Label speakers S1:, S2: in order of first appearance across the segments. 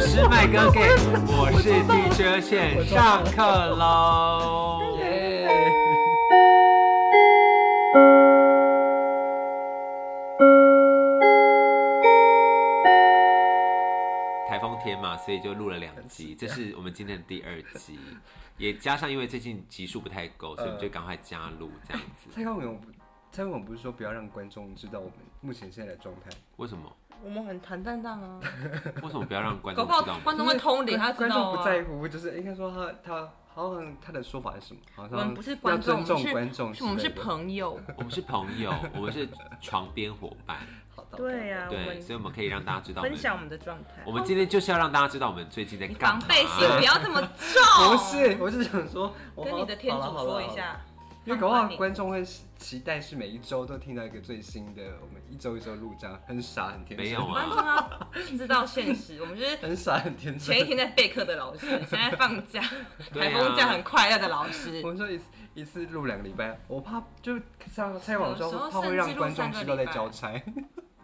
S1: 帅哥给，我是 DJ 线上课喽。耶！台风天嘛，所以就录了两集，这是我们今天的第二 集，也加上因为最近集数不太够，所以我们就赶快加入这样子。
S2: 呃
S3: 蔡康永不，蔡康永不是说不要让观众知道我们目前现在的状态？
S1: 为什么？
S2: 我们很坦荡荡啊，
S1: 为什么不要让观
S2: 搞
S1: 众
S2: 不
S1: 知道
S2: 好
S1: 我们？
S2: 观众会通灵，他知
S3: 观
S2: 道
S3: 众
S2: 啊
S3: 不在乎，就是应该说他他好像他的说法是什么？好
S2: 我
S3: 像
S2: 们不是观众，
S3: 要
S2: 我
S3: 尊
S2: 们
S3: 重观众
S2: 是，我们是
S3: 之类的。
S2: 朋友。
S1: 我们是朋友，我们是床边伙伴，
S3: 好的
S2: 对呀、我
S1: 对，
S2: 们
S1: 所以我们可以让大家知道我
S2: 分
S1: 们
S2: 享我们的状态
S1: 我。们今天就是要让大家知道我们最近在
S2: 你
S1: 干
S2: 防
S1: 嘛。
S2: 备心不要这么 重。
S3: 不是，我是想说，我
S2: 跟
S3: 好
S2: 你的天主
S3: 好了好了
S2: 说一
S3: 好了
S2: 下，
S3: 因为搞不好
S2: 放宽你
S3: 观众会期待是每一周都听到一个最新的，我们一周一周录这样，很傻很天真，
S1: 没有
S2: 观
S1: 啊，
S2: 众要知道现实，我们 就 是
S3: 很傻很天
S2: 前一
S3: 真。
S2: 天在备课的老师， 现在放假，
S1: 对啊
S2: 台风假很快乐的老师
S3: 我，们说一次一次录两个礼拜，我怕就是像蔡网
S2: 有时
S3: 说，
S2: 候
S3: 怕会
S2: 甚
S3: 让
S2: 至录
S3: 观众
S2: 三个
S3: 知道在
S2: 礼拜
S3: 交差。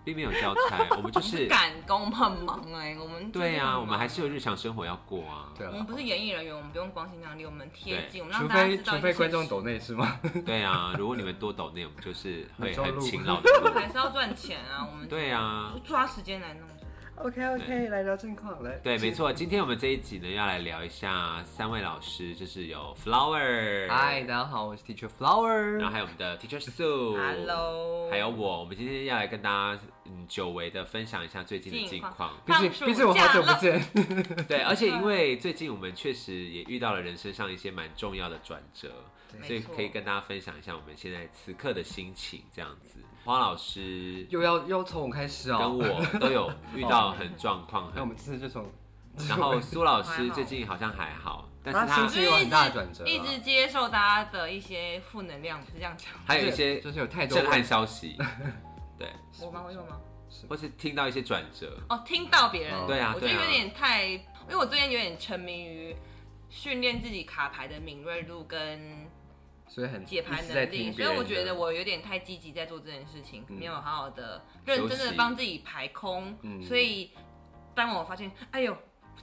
S1: 并没有交差，我们就
S2: 不
S1: 是
S2: 敢工，我们很忙哎、我们
S1: 对
S2: 啊，
S1: 啊，我们还是有日常生活要过啊。
S3: 对
S2: 我们
S3: 啊，
S2: 不是演艺人员，我们不用光鲜亮丽，我们贴近，我们
S3: 除
S2: 让大家
S3: 非
S2: 知道
S3: 除
S2: 一些
S3: 非观众
S2: 事
S3: 懂内是吗？
S1: 对啊，如果你们多抖那，我们就是会
S3: 每周
S1: 很
S3: 录
S1: 勤劳的 录。
S2: 还是要赚钱啊，我们
S1: 对啊，
S2: 抓时间来弄。
S3: OK OK，
S1: 对
S3: 来聊正况来。
S1: 对，没。错。今天我们这一集呢，要来聊一下三位老师，就是有 Flower，
S3: 嗨，大家好，我是 Teacher
S1: 然后
S3: Flower。
S1: 还有我们的 Teacher Sue。
S2: Hello，
S1: 还有我，我们今天要来跟大家嗯久违的分享一下最近的近
S2: 近况
S1: 况。
S3: 毕竟
S2: 放暑
S3: 毕竟我好久
S2: 假
S3: 不
S2: 了
S3: 见，
S1: 对，而且
S2: 嗯
S1: 因为最近我们确实也遇到了人生上一些蛮重要的转折，
S2: 对
S1: 所以
S2: 没错
S1: 可以跟大家分享一下我们现在此刻的心情。这样子，花老师
S3: 又要又从我开始
S1: 跟
S3: 哦。
S1: 我都有遇到很状况，很
S3: 那我 们这次就从
S1: 然后苏老
S2: 还
S1: 师
S2: 好啊
S1: 最近好像还好，但
S3: 他
S1: 是他
S3: 心情有很大的转折啊
S2: 一直接受大家的一些负能量，是这样讲。
S1: 还有一些
S3: 就是有太多
S1: 震撼消息，对，
S2: 我吗？我有吗？
S1: 或是听到一些转折，
S2: 哦，听到别人
S3: 哦，
S1: 对啊
S2: 我觉得
S1: 对啊
S2: 有点太，因为我最近有点沉迷于训练自己卡牌的敏锐度跟
S3: 所以很
S2: 解牌
S3: 一直在
S2: 能
S3: 听
S2: 力，
S3: 别
S2: 所以
S3: 人
S2: 我
S3: 的
S2: 觉得我有点太积极在做这件事情，
S3: 嗯
S2: 没有好好的认真
S1: 休
S2: 的
S1: 息
S2: 帮自己排空，
S3: 嗯
S2: 所以当我发现，哎呦。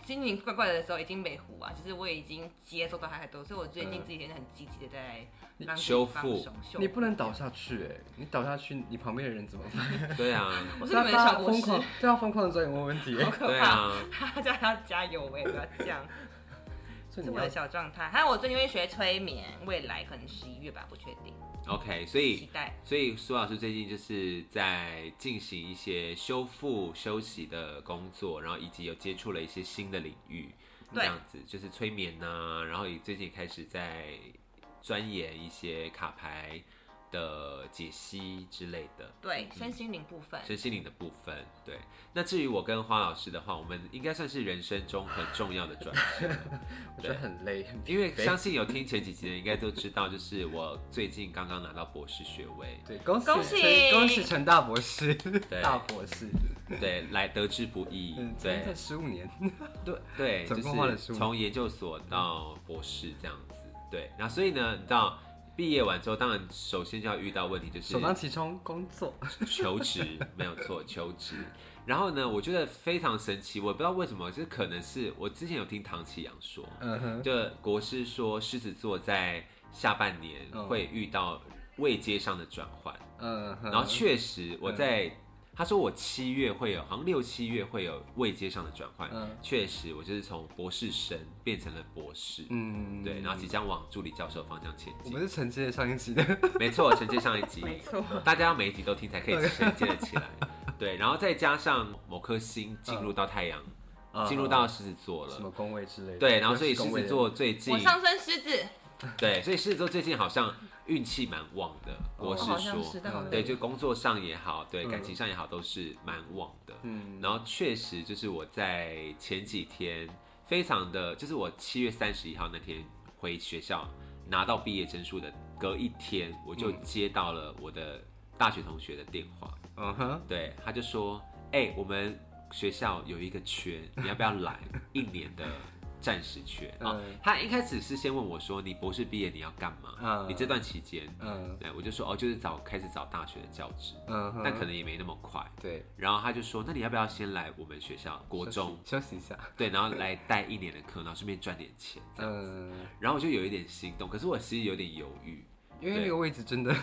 S2: 心情怪怪的时候，已经没糊啊，就是我已经接受到太多，所以我最近
S3: 嗯
S2: 这几天很积极的在让自己
S1: 修
S2: 放
S1: 复
S2: 松，修
S3: 你不能倒下去哎，你倒下去，你旁边的人怎么办？
S1: 对啊，
S2: 我是你们的
S3: 大
S2: 小
S3: 家
S2: 博
S3: 疯
S2: 士
S3: 狂，，对啊，疯狂的找你问问题欸，
S2: 可
S1: 对
S2: 怕
S1: 啊，
S2: 大家要加油哎、不要这样，
S3: 所
S2: 这
S3: 以你
S2: 是我
S3: 要
S2: 的小状态。还有我最近会学催眠，未来可能十一月吧，不确定，
S1: ，OK，所以
S2: 期待。
S1: 所以苏老师最近就是在进行一些修复、休息的工作，然后以及有接触了一些新的领域，这
S2: 对
S1: 样子就是催眠呐、然后也最近也开始在钻研一些卡牌的解析之类的。
S2: 对，身心灵部分，
S1: 身心灵的部分，对。那至于我跟花老师的话，我们应该算是人生中很重要的转折，
S3: 我觉得很累，
S1: 因 为相信有听前几集的应该都知道，就是我最近刚刚拿到博士学位，
S3: 对，恭喜
S2: 恭喜
S3: 恭喜陈大博士，
S1: 对
S3: 大博士，
S1: 对，来得之不易
S3: 嗯，，
S1: 对，
S3: 这十五年，
S1: 对对，
S3: 总
S1: 就
S3: 共花了
S1: 是
S3: 15
S1: 从研究所到博士这样子。对，然后所以呢，你知道毕业完之后，当然首先就要遇到问题，就
S3: 首当
S1: 是
S3: 其冲工作，
S1: 求职， 没有错，求职。然后呢，我觉得非常神奇，我不知道为什么，就是可能是我之前有听唐启阳说，
S3: 嗯哼，
S1: 就国师说狮子座在下半年
S3: 嗯
S1: 会遇到位阶上的转换，
S3: 嗯哼，
S1: 然后确实我在。他说我七月会有，好像六七月会有位阶上的转换，
S3: 嗯
S1: 确实，我就是从博士生变成了博士，
S3: 嗯
S1: 对，然后即将往助理教授方向前
S3: 我
S1: 进。
S3: 们是承接上一集的，
S1: 没错，承接上一 集，
S2: 错。
S1: 大家要每一集都听才可以承接得起 来。对，然后再加上某颗星进入到太阳，
S2: 嗯
S1: 进入到狮子座
S3: 嗯什
S1: 了。
S3: 么工位之类的，
S1: 对，然后所以
S3: 又
S1: 狮
S3: 是工位
S1: 子
S3: 的
S1: 座最近
S2: 我，上升狮子，
S1: 对，所以狮子座最近好像运气蛮旺的，我
S2: 我
S1: 是
S2: 哦好像是，
S1: 说，嗯
S2: 但好像
S1: 对，就工作上也好，对，
S3: 嗯
S1: 感情上也好，都是蛮旺的。
S3: 嗯，
S1: 然后确实就是我在前几天非常的，就是我七月三十一号那天回学校拿到毕业证书的隔一天，我就接到了我的大学同学的电话，
S3: 嗯哼，
S1: 对，他就说，哎、我们学校有一个缺，你要不要来一年的暂时缺 啊、哦
S3: 嗯
S1: 他一开始是先问我说：“你博士毕业你要干嘛？
S3: 嗯
S1: 你这段期间？”
S3: 嗯
S1: 对，我就说：“哦，就是找开始找大学的教职，
S3: 嗯哼，
S1: 但可能也没那么快。”
S3: 对，
S1: 然后他就说：“那你要不要先来我们学校国中
S3: 休息休息一下，
S1: 对，然后来带一年的课，然后顺便赚点钱这样。
S3: 嗯，
S1: 然后我就有一点心动，可是我其实有点犹豫，
S3: 因为
S1: 对
S3: 那个位置真的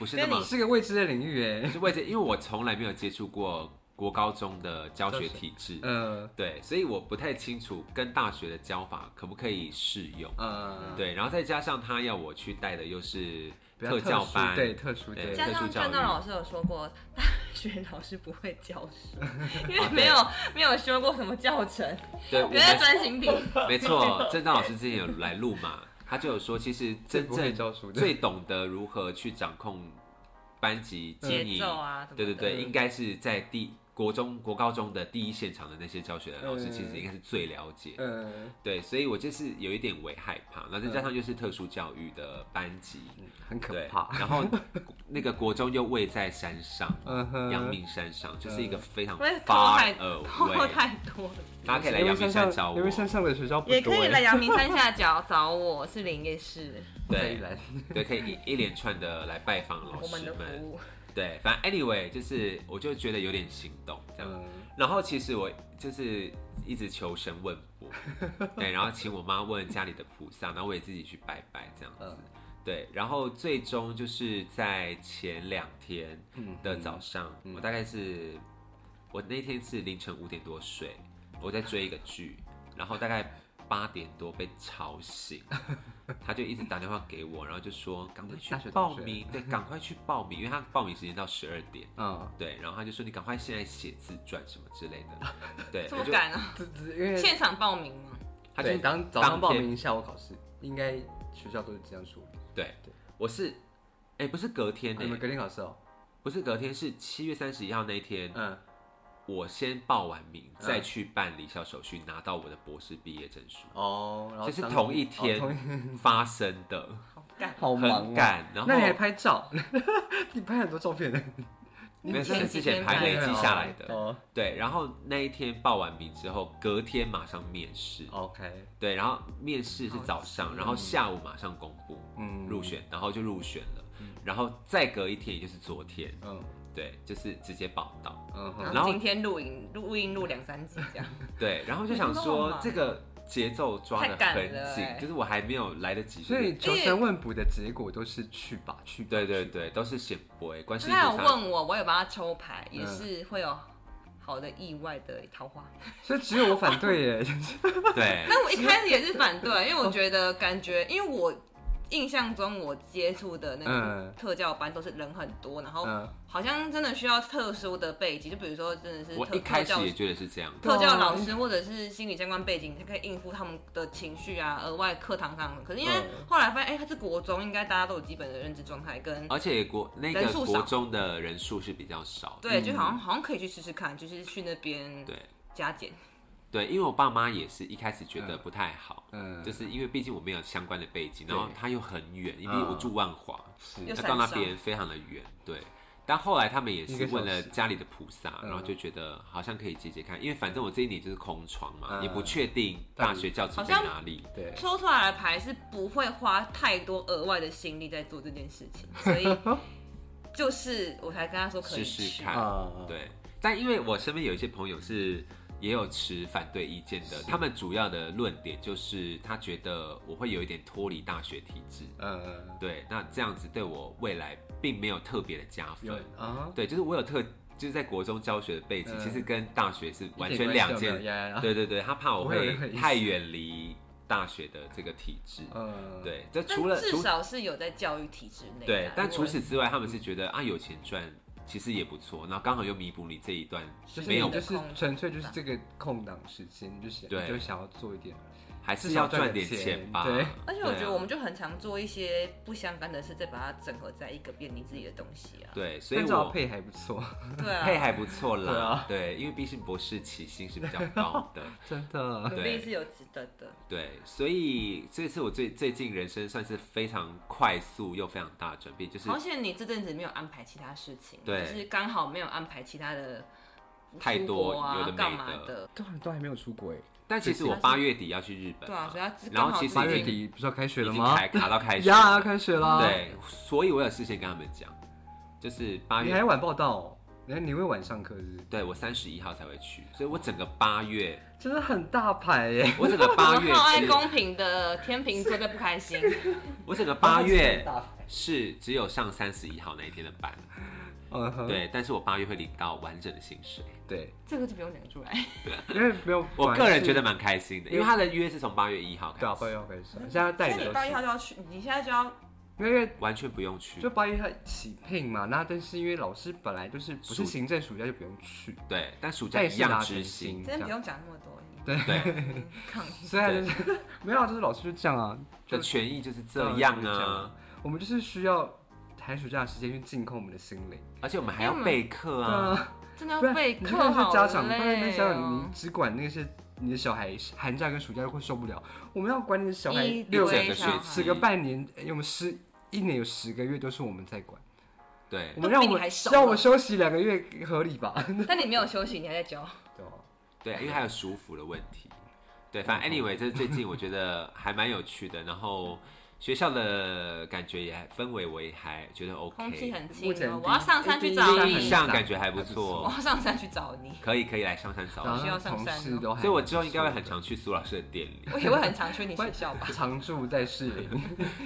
S1: 不是那
S2: 那
S1: 么
S2: 你
S3: 是个未知的领域哎，
S1: 是为这，因为我从来没有接触过国高中的教学
S3: 教学
S1: 体制，
S3: 嗯
S1: 对，所以我不太清楚跟大学的教法可不可以适用。
S3: 嗯，
S1: 对，然后再加上他要我去带的又是
S3: 比较
S1: 特教
S3: 殊
S1: 班，
S3: 对特殊
S1: 对
S3: 对，
S2: 加
S1: 特殊
S2: 上
S1: 教育
S2: 传道老师有说过，大学老师不会教书，因为没有没有修过什么教程，
S1: 哦对，我
S2: 原来
S1: 们
S2: 专心品。
S1: 没错，郑道老师之前有来录嘛，他就有说，其实真
S3: 不会
S1: 正
S3: 教 书的
S1: 最懂得如何去掌控班级经
S2: 节
S1: 营，
S2: 奏啊，
S1: 对对对，
S3: 嗯
S1: 应该是在第国中、国高中的第一现场的那些教学的老师，
S3: 嗯
S1: 其实应该是最了解。
S3: 嗯，
S1: 对，所以我就是有一点为害怕，然后再加上又是特殊教育的班级，
S3: 很可
S1: 对
S3: 怕，，
S1: 然后那个国中又位在山上，
S3: 嗯哼，
S1: 阳明山上，就是一个非常
S2: 因为
S1: 发
S2: 偷 太
S1: 耳
S2: 偷
S1: 位，
S2: 太多了。
S1: 大家可以来阳明山找我
S3: 阳，明山上的学校不多
S2: 也可以
S3: 哎
S2: 来，阳明山下脚找我，是林夜市，
S3: 可以
S1: 对
S3: 来，
S1: 对，可以一一连串的来拜访老
S2: 我们
S1: 师
S2: 的服
S1: 们，
S2: 务。
S1: 对，反正 anyway 就是我就觉得有点心动这样。
S3: 嗯
S1: 然后其实我就是一直求神问卜， 对，然后请我妈问家里的菩萨，然后我也自己去拜拜这样子
S3: 嗯，
S1: 对，然后最终就是在前两天
S3: 嗯
S1: 的早上，我大概是我那天是凌晨五点多睡，我在追一个剧，然后大概八点多被吵 醒，他就一直打电话给我，然后就说赶快去
S3: 大学同
S1: 报
S3: 学
S1: 名， 对，赶快去报名，因为他报名时间到十二点。
S3: 嗯，
S1: 对，然后他就说你赶快现在写自传什么之类的，对，
S2: 这
S1: 我
S2: 么
S1: 就
S2: 赶啊？
S3: 这这因为
S2: 现场报名吗？
S1: 他就
S3: 对
S1: 是
S3: 当早上报
S1: 天，
S3: 名，下午考试，应该学校都是这样处理。
S1: 对
S3: 对，
S1: 我是，哎，不是隔天
S3: 你们
S1: 呢，
S3: 隔天考试哦，
S1: 不是隔天，是七月三十一号那一天，
S3: 嗯，
S1: 我先报完名，
S3: 嗯
S1: 再去办离校手续，拿到我的博士毕业证书，
S3: 哦，然后
S1: 这是
S3: 当
S1: 同一天
S3: 哦同一
S1: 发生的，
S2: 好赶，
S3: 好忙
S1: 很
S3: 哦
S1: 赶，然
S3: 那你还
S1: 后
S3: 拍照？ 你拍很多照片呢？
S1: 没有，
S2: 前
S1: 是
S2: 几
S1: 之前
S2: 天
S1: 排
S2: 拍
S1: 累
S2: 的
S1: 积下来的，
S3: 哦
S1: 对，然后那一天报完名之后，隔天马上面试，
S3: 哦，OK，
S1: 对，然后面试是早
S2: 好
S1: 上，
S2: 急
S1: 然后下午马上公布，
S3: 嗯，
S1: 入，选，然后就入选了，然后再隔一天，也就是昨天，
S3: 嗯
S1: 对，就是直接报道，
S3: 嗯哼，
S2: 然后今天录影录录音录两三集这样，
S1: 对，然后就想
S2: 我知道
S1: 说
S2: 嘛
S1: 这个节奏抓
S2: 太
S1: 得
S2: 赶
S1: 很
S2: 了
S1: 紧
S2: 欸，
S1: 就是我还没有来得及，
S3: 所以
S1: 就是
S3: 求神问卜的结果都是去吧，去吧
S1: 对对，
S3: 去吧
S1: 对，都是显博，关系
S2: 他有问我，我有帮他抽牌，
S1: 嗯
S2: 也是会有好的意外的桃花。
S3: 所以只有我反对 耶，
S1: 对，
S2: 但我一开始也是反对，
S1: 哦
S2: 因为我觉得感觉，因为我印象中我接触的那个
S3: 嗯
S2: 特教班都是人很多，然后
S3: 嗯，
S2: 好像真的需要特殊的背景，就比如说真的是
S1: 我
S2: 特
S1: 一开始
S2: 特教
S1: 也觉得是这样，
S2: 特教老师或者是心理相关背景，才可以应付他们的情绪啊，额外课堂上的。可是因为
S3: 嗯
S2: 后来发现，哎、他是国中，应该大家都有基本的认知状态跟。
S1: 而且国那
S2: 人
S1: 个
S2: 数少
S1: 国中的人数是比较少的，
S2: 对，就好像好像可以去试试看，就是去那边
S1: 嗯对
S2: 加减。
S1: 对，因为我爸妈也是一开始觉得
S3: 嗯
S1: 不太好。
S3: 嗯，
S1: 就是因为毕竟我没有相关的背景，
S3: 对
S1: 然后他又很远，因为
S3: 嗯
S1: 我住万华，
S3: 是
S2: 嗯又
S1: 要
S2: 山
S1: 到那
S2: 上
S1: 边非常的远，对。但后来他们也
S3: 一
S1: 是
S3: 个小
S1: 问了
S3: 时
S1: 家里的菩萨，
S3: 嗯
S1: 然后就觉得好像可以接接看，因为反正我这一年就是空窗嘛，
S3: 嗯
S1: 也不确定大学教职
S2: 好
S1: 在
S2: 像
S1: 哪里。
S3: 对，
S2: 抽出来的牌是不会花太多额外的心力在做这件事 情，所以就是我才跟他说可
S1: 试
S2: 以
S1: 试
S2: 去
S1: 看
S3: 啊，
S1: 对，但因为我身边有一些朋友是也有持反对意见的，他们主要的论点就是他觉得我会有一点脱离大学体制，
S3: 嗯，
S1: 对，那这样子对我未来并没有特别的加
S3: 有
S1: 分，
S3: 啊，
S1: 对，就是我有特就是在国中教学的背景，
S3: 嗯
S1: 其实跟大学是完
S3: 一点
S1: 全
S3: 关
S1: 两
S3: 系都没有
S1: 件
S3: 呀，呀呀
S1: 对对对，他 怕我
S3: 不会有
S1: 会
S3: 任何意思
S1: 太远离大学的这个体制。
S3: 嗯，
S1: 对，这
S2: 但
S1: 除了
S2: 至
S1: 除
S2: 少是有在教育体制内啊。
S1: 对，但
S2: 如
S1: 除
S2: 果
S1: 此之外，他们是
S3: 嗯
S1: 觉得啊有钱赚其实也不错，然后刚好又弥补你这一段
S3: 就是
S1: 没有
S3: 你
S2: 的
S3: 就是纯粹就是这个空档时间，你就想
S1: 对
S3: 你就想要做一点，
S1: 还
S3: 至
S1: 是
S3: 少
S1: 要赚
S3: 赚
S1: 点
S3: 点
S1: 钱
S3: 钱
S1: 吧。
S3: 对
S2: 而且我觉
S1: 对
S2: 得
S1: 啊
S2: 我们就很常做一些不相干的事，再把它整合在一个变你自己的东西啊。
S1: 对，所以
S3: 但正好
S1: 我
S3: 配还 不错，
S2: 对啊，
S1: 配嗯还不错
S3: 对
S1: 啦
S3: 啊。
S1: 对，因为毕竟博士起薪是比较高 的。
S3: 真的，
S2: 努
S1: 对
S2: 力是有值得的。
S1: 对，所以这次我最最近人生算是非常快速又非常大的转变，就是
S2: 好险你这阵子没有安排其他事情，
S1: 对
S2: 就是刚好没有安排其他的
S1: 太多
S2: 出国啊
S1: 有的没
S2: 干嘛
S1: 的
S2: 的，
S3: 都还都还没有出国哎，
S1: 但其实我
S2: 这是
S1: 八月底要去日本
S2: 对啊
S1: 嘛，
S2: 所以他只
S1: 然
S2: 刚
S1: 后
S2: 好
S1: 其实
S3: 八
S1: 已
S3: 月
S1: 经
S3: 底不是要开学
S1: 已
S3: 了
S1: 经
S3: 吗？
S1: 开卡到开始
S3: 呀，开学啦！，
S1: 对，所以我有事先跟他们讲，就是八
S3: 你
S1: 月
S3: 还晚报到哦，你你会晚上课是不是？
S1: 对我三十一号才会去，所以我整个八月，
S3: 真的很大牌耶！
S1: 我整个
S2: 我
S1: 八
S2: 们
S1: 月
S2: 好爱
S1: 只
S2: 公平的天秤座在不开心，
S1: 我整个 八月
S3: 大牌，
S1: 是只有上三十一号那一天的班，
S3: 嗯哼，
S1: 对，但是我八月会领到完整的薪水，
S3: 对，
S2: 这个就不用讲出来。
S3: 因为没有，
S1: 我个人觉得
S3: 蛮
S1: 蛮开心的，因为他的约是从八月一号开
S3: 对啊，
S1: 始，
S3: 八月要开始，现在带
S2: 那
S3: 你
S2: 你
S3: 都
S2: 八月一号
S3: 是，
S2: 就要去，你现在就要
S3: 因为
S1: 完全不用去
S3: 就，八月他起聘嘛，那但是因为老师本来就是不是
S1: 暑
S3: 行政暑假就不用去，
S1: 对，但暑假
S3: 但也
S1: 一
S3: 是拿
S1: 样
S3: 全
S1: 执
S3: 薪
S1: 行，
S3: 这
S2: 真的不
S3: 样。
S2: 用讲那么多，
S1: 对，
S2: 嗯抗议。
S3: 虽然就是 没有啊，就是老师就这样啊，就
S1: 的权益就是这
S3: 对
S1: 样
S3: 就是这
S1: 啊
S3: 样。我们就是需要寒暑假的时间去净空我们的心灵。
S1: 而且我们还要备课
S3: 对
S1: 啊，
S3: 啊，
S2: 真的要
S3: 不然
S2: 备
S3: 你
S2: 课
S3: 就看那
S2: 好
S3: 些家长，不然那
S2: 累
S3: 些家长，
S2: 哦
S3: 你。只管那些你的小孩寒假跟暑假会受不了，我们要管你的小孩
S2: 一
S1: 一
S3: 六
S1: 整个
S2: 堆小孩
S1: 学期
S3: 十个半年，哎我们十一年有十个月都是我们在管，
S1: 对
S3: 我
S2: 都
S3: 们
S2: 比
S3: 让我
S2: 你还
S3: 们
S2: 少
S3: 让我
S2: 了
S3: 们休息两个月合理吧？
S2: 但你没有休息，你还在教。
S3: 对吧？
S1: 对，啊因为还有舒服的问题。对，
S3: 嗯
S1: 反正 anyway，这是最近我觉得还蛮有趣的，然后学校的感觉也还氛围我也还觉得
S2: 空气
S1: OK，
S2: 很轻
S3: 目前
S2: 哦，我要上山去找
S3: 第一
S1: 印
S2: 你，
S1: 象感觉还不
S2: 我
S1: 错，
S2: 要上山去找你。
S1: 可以可以来上山找
S3: 然
S1: 我，
S2: 需要
S3: 后
S2: 上
S3: 同
S2: 山
S3: 事
S2: 哦
S3: 都还
S1: 所以我之后应该会很常去苏老师的店里，
S2: 我也会很常去你学校 吧。
S3: 常住在士 林，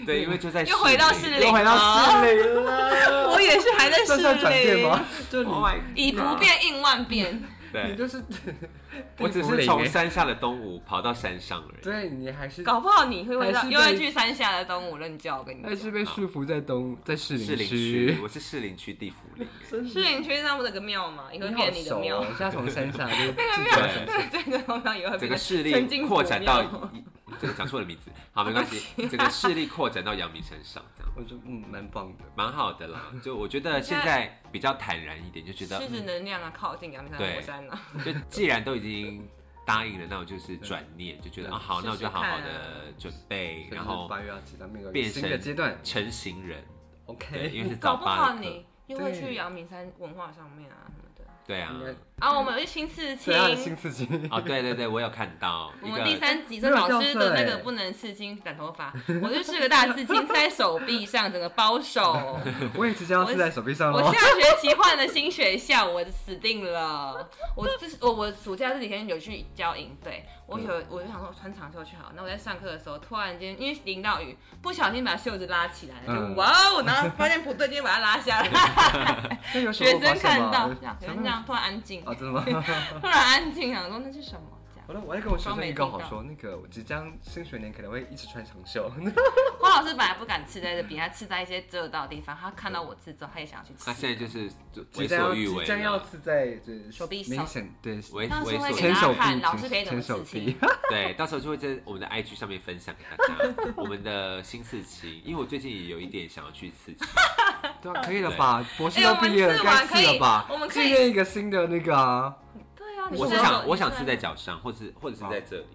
S1: 对，因为就在
S2: 又回到士林哦
S3: 又回到士林了。
S2: 我也是还在
S3: 啊这算转
S2: 室
S3: 变
S2: 内
S3: 吗？ 就 你
S1: ，Oh my，
S2: 以不变应万变，
S3: 你
S1: 对，
S3: 就是，欸
S1: 我只是从山下的东吴跑到山上而已。
S3: 对你还是
S2: 搞不好你会回到
S3: 还是被
S2: 又会去山下的东吴任教。我跟你
S3: 还
S2: 讲，
S3: 是被束缚在东在士
S1: 士林
S3: 林
S1: 区，
S3: 区。
S1: 我是士林区地府林，
S2: 市林区那不是有个庙吗？也会
S3: 好
S2: 变你的
S3: 熟
S2: 庙
S3: 哦，，现在从山 下就是自己
S1: 对
S3: 在山下。
S2: 对，这个庙也会
S1: 欸整
S2: 变
S1: 个
S2: 成
S1: 势
S2: 曾
S1: 力
S2: 经
S1: 扩展到
S2: 古庙，
S1: 这个讲错了名字，好没关 系，整个势力扩展到阳明山上这样。
S3: 我就嗯，蛮棒的。
S1: 蛮好的啦，就我觉得现在比较坦然一点，就觉得嗯
S2: 狮子
S3: 嗯
S2: 能量啊，靠近阳明山火山啊，
S1: 就既然都已经答应了，那我就是转念，就觉得
S3: 对
S1: 啊好，那我就好好
S2: 试试看
S1: 的准备，然
S3: 所以就是
S1: 后
S3: 八月要进到那个
S1: 变
S3: 新
S1: 身
S3: 的阶段
S1: 成型人，对，
S3: ，OK。
S1: 因为 是
S2: 搞
S1: 早
S2: 不
S1: 八
S2: 好
S1: 的课
S2: 你，又会去
S3: 对
S2: 阳明山文化上面啊什么的。
S1: 对啊
S3: 应，该
S2: 啊，我们有一新事 情
S3: 对，他的新刺激，
S1: 哦对对对，我有看到
S2: 我
S1: 一
S2: 们第
S1: 个，
S2: 三集是老师的那个不能刺青染头发，我就刺个大刺青在手臂上，整个包手。
S3: 我也即将要刺在手臂上
S2: 我
S3: 喽
S2: 下。学期换了新学校，我死定了。我这我我暑假这几天有去教营队，我有我就想说穿长袖去好。那我在上课的时候，突然间因为淋到雨，不小心把袖子拉起来了，就
S3: 嗯
S2: 哇哦，然后发现不对劲，把它拉下来。
S3: 那有什么
S2: 学生看到，
S3: 发
S2: 这样
S3: 现吗
S2: 有人这样突然安静，
S3: 啊，真的吗？
S2: 突然安静，想说那是什么？这样
S3: 好了，我要跟我学生预告好说，那个我即将新学年可能会一直穿长 袖。
S2: 花老师本来不敢刺在这边，他刺在一些遮得到的地方。他看到我刺之后，他也想去刺
S1: 他。
S3: 啊
S1: 现在就是就
S3: 即
S1: 为
S3: 将要
S1: 所欲为
S3: 即将要
S1: 了，
S3: 刺在就是
S2: 手臂上
S3: 明显对
S1: 为
S2: 当时
S1: 为
S2: 会
S1: 所
S2: 给
S1: 欲
S3: 牵
S2: 大家
S3: 手
S2: 看
S3: 臂，
S2: 老师可以怎
S3: 牵
S2: 么刺
S3: 手
S2: 青
S3: 臂。。
S1: 对，到时候就会在我们的 IG 上面分享给大 家我们的新刺青，因为我最近也有一点想要去刺青，
S3: 对啊，可以了吧？博士
S2: 哎
S3: 要
S2: 我们
S3: 毕业了，
S2: 刺
S3: 该
S2: 完
S3: 刺
S2: 可
S3: 了
S2: 以
S3: 吧？
S2: 哎我们可
S3: 纪
S2: 以
S3: 念一个新的那个啊，
S2: 对啊，你
S1: 我
S2: 是
S1: 是
S2: 在
S1: 想
S2: 手
S1: 我想刺在
S2: 你
S1: 脚上，或者或者是在这里，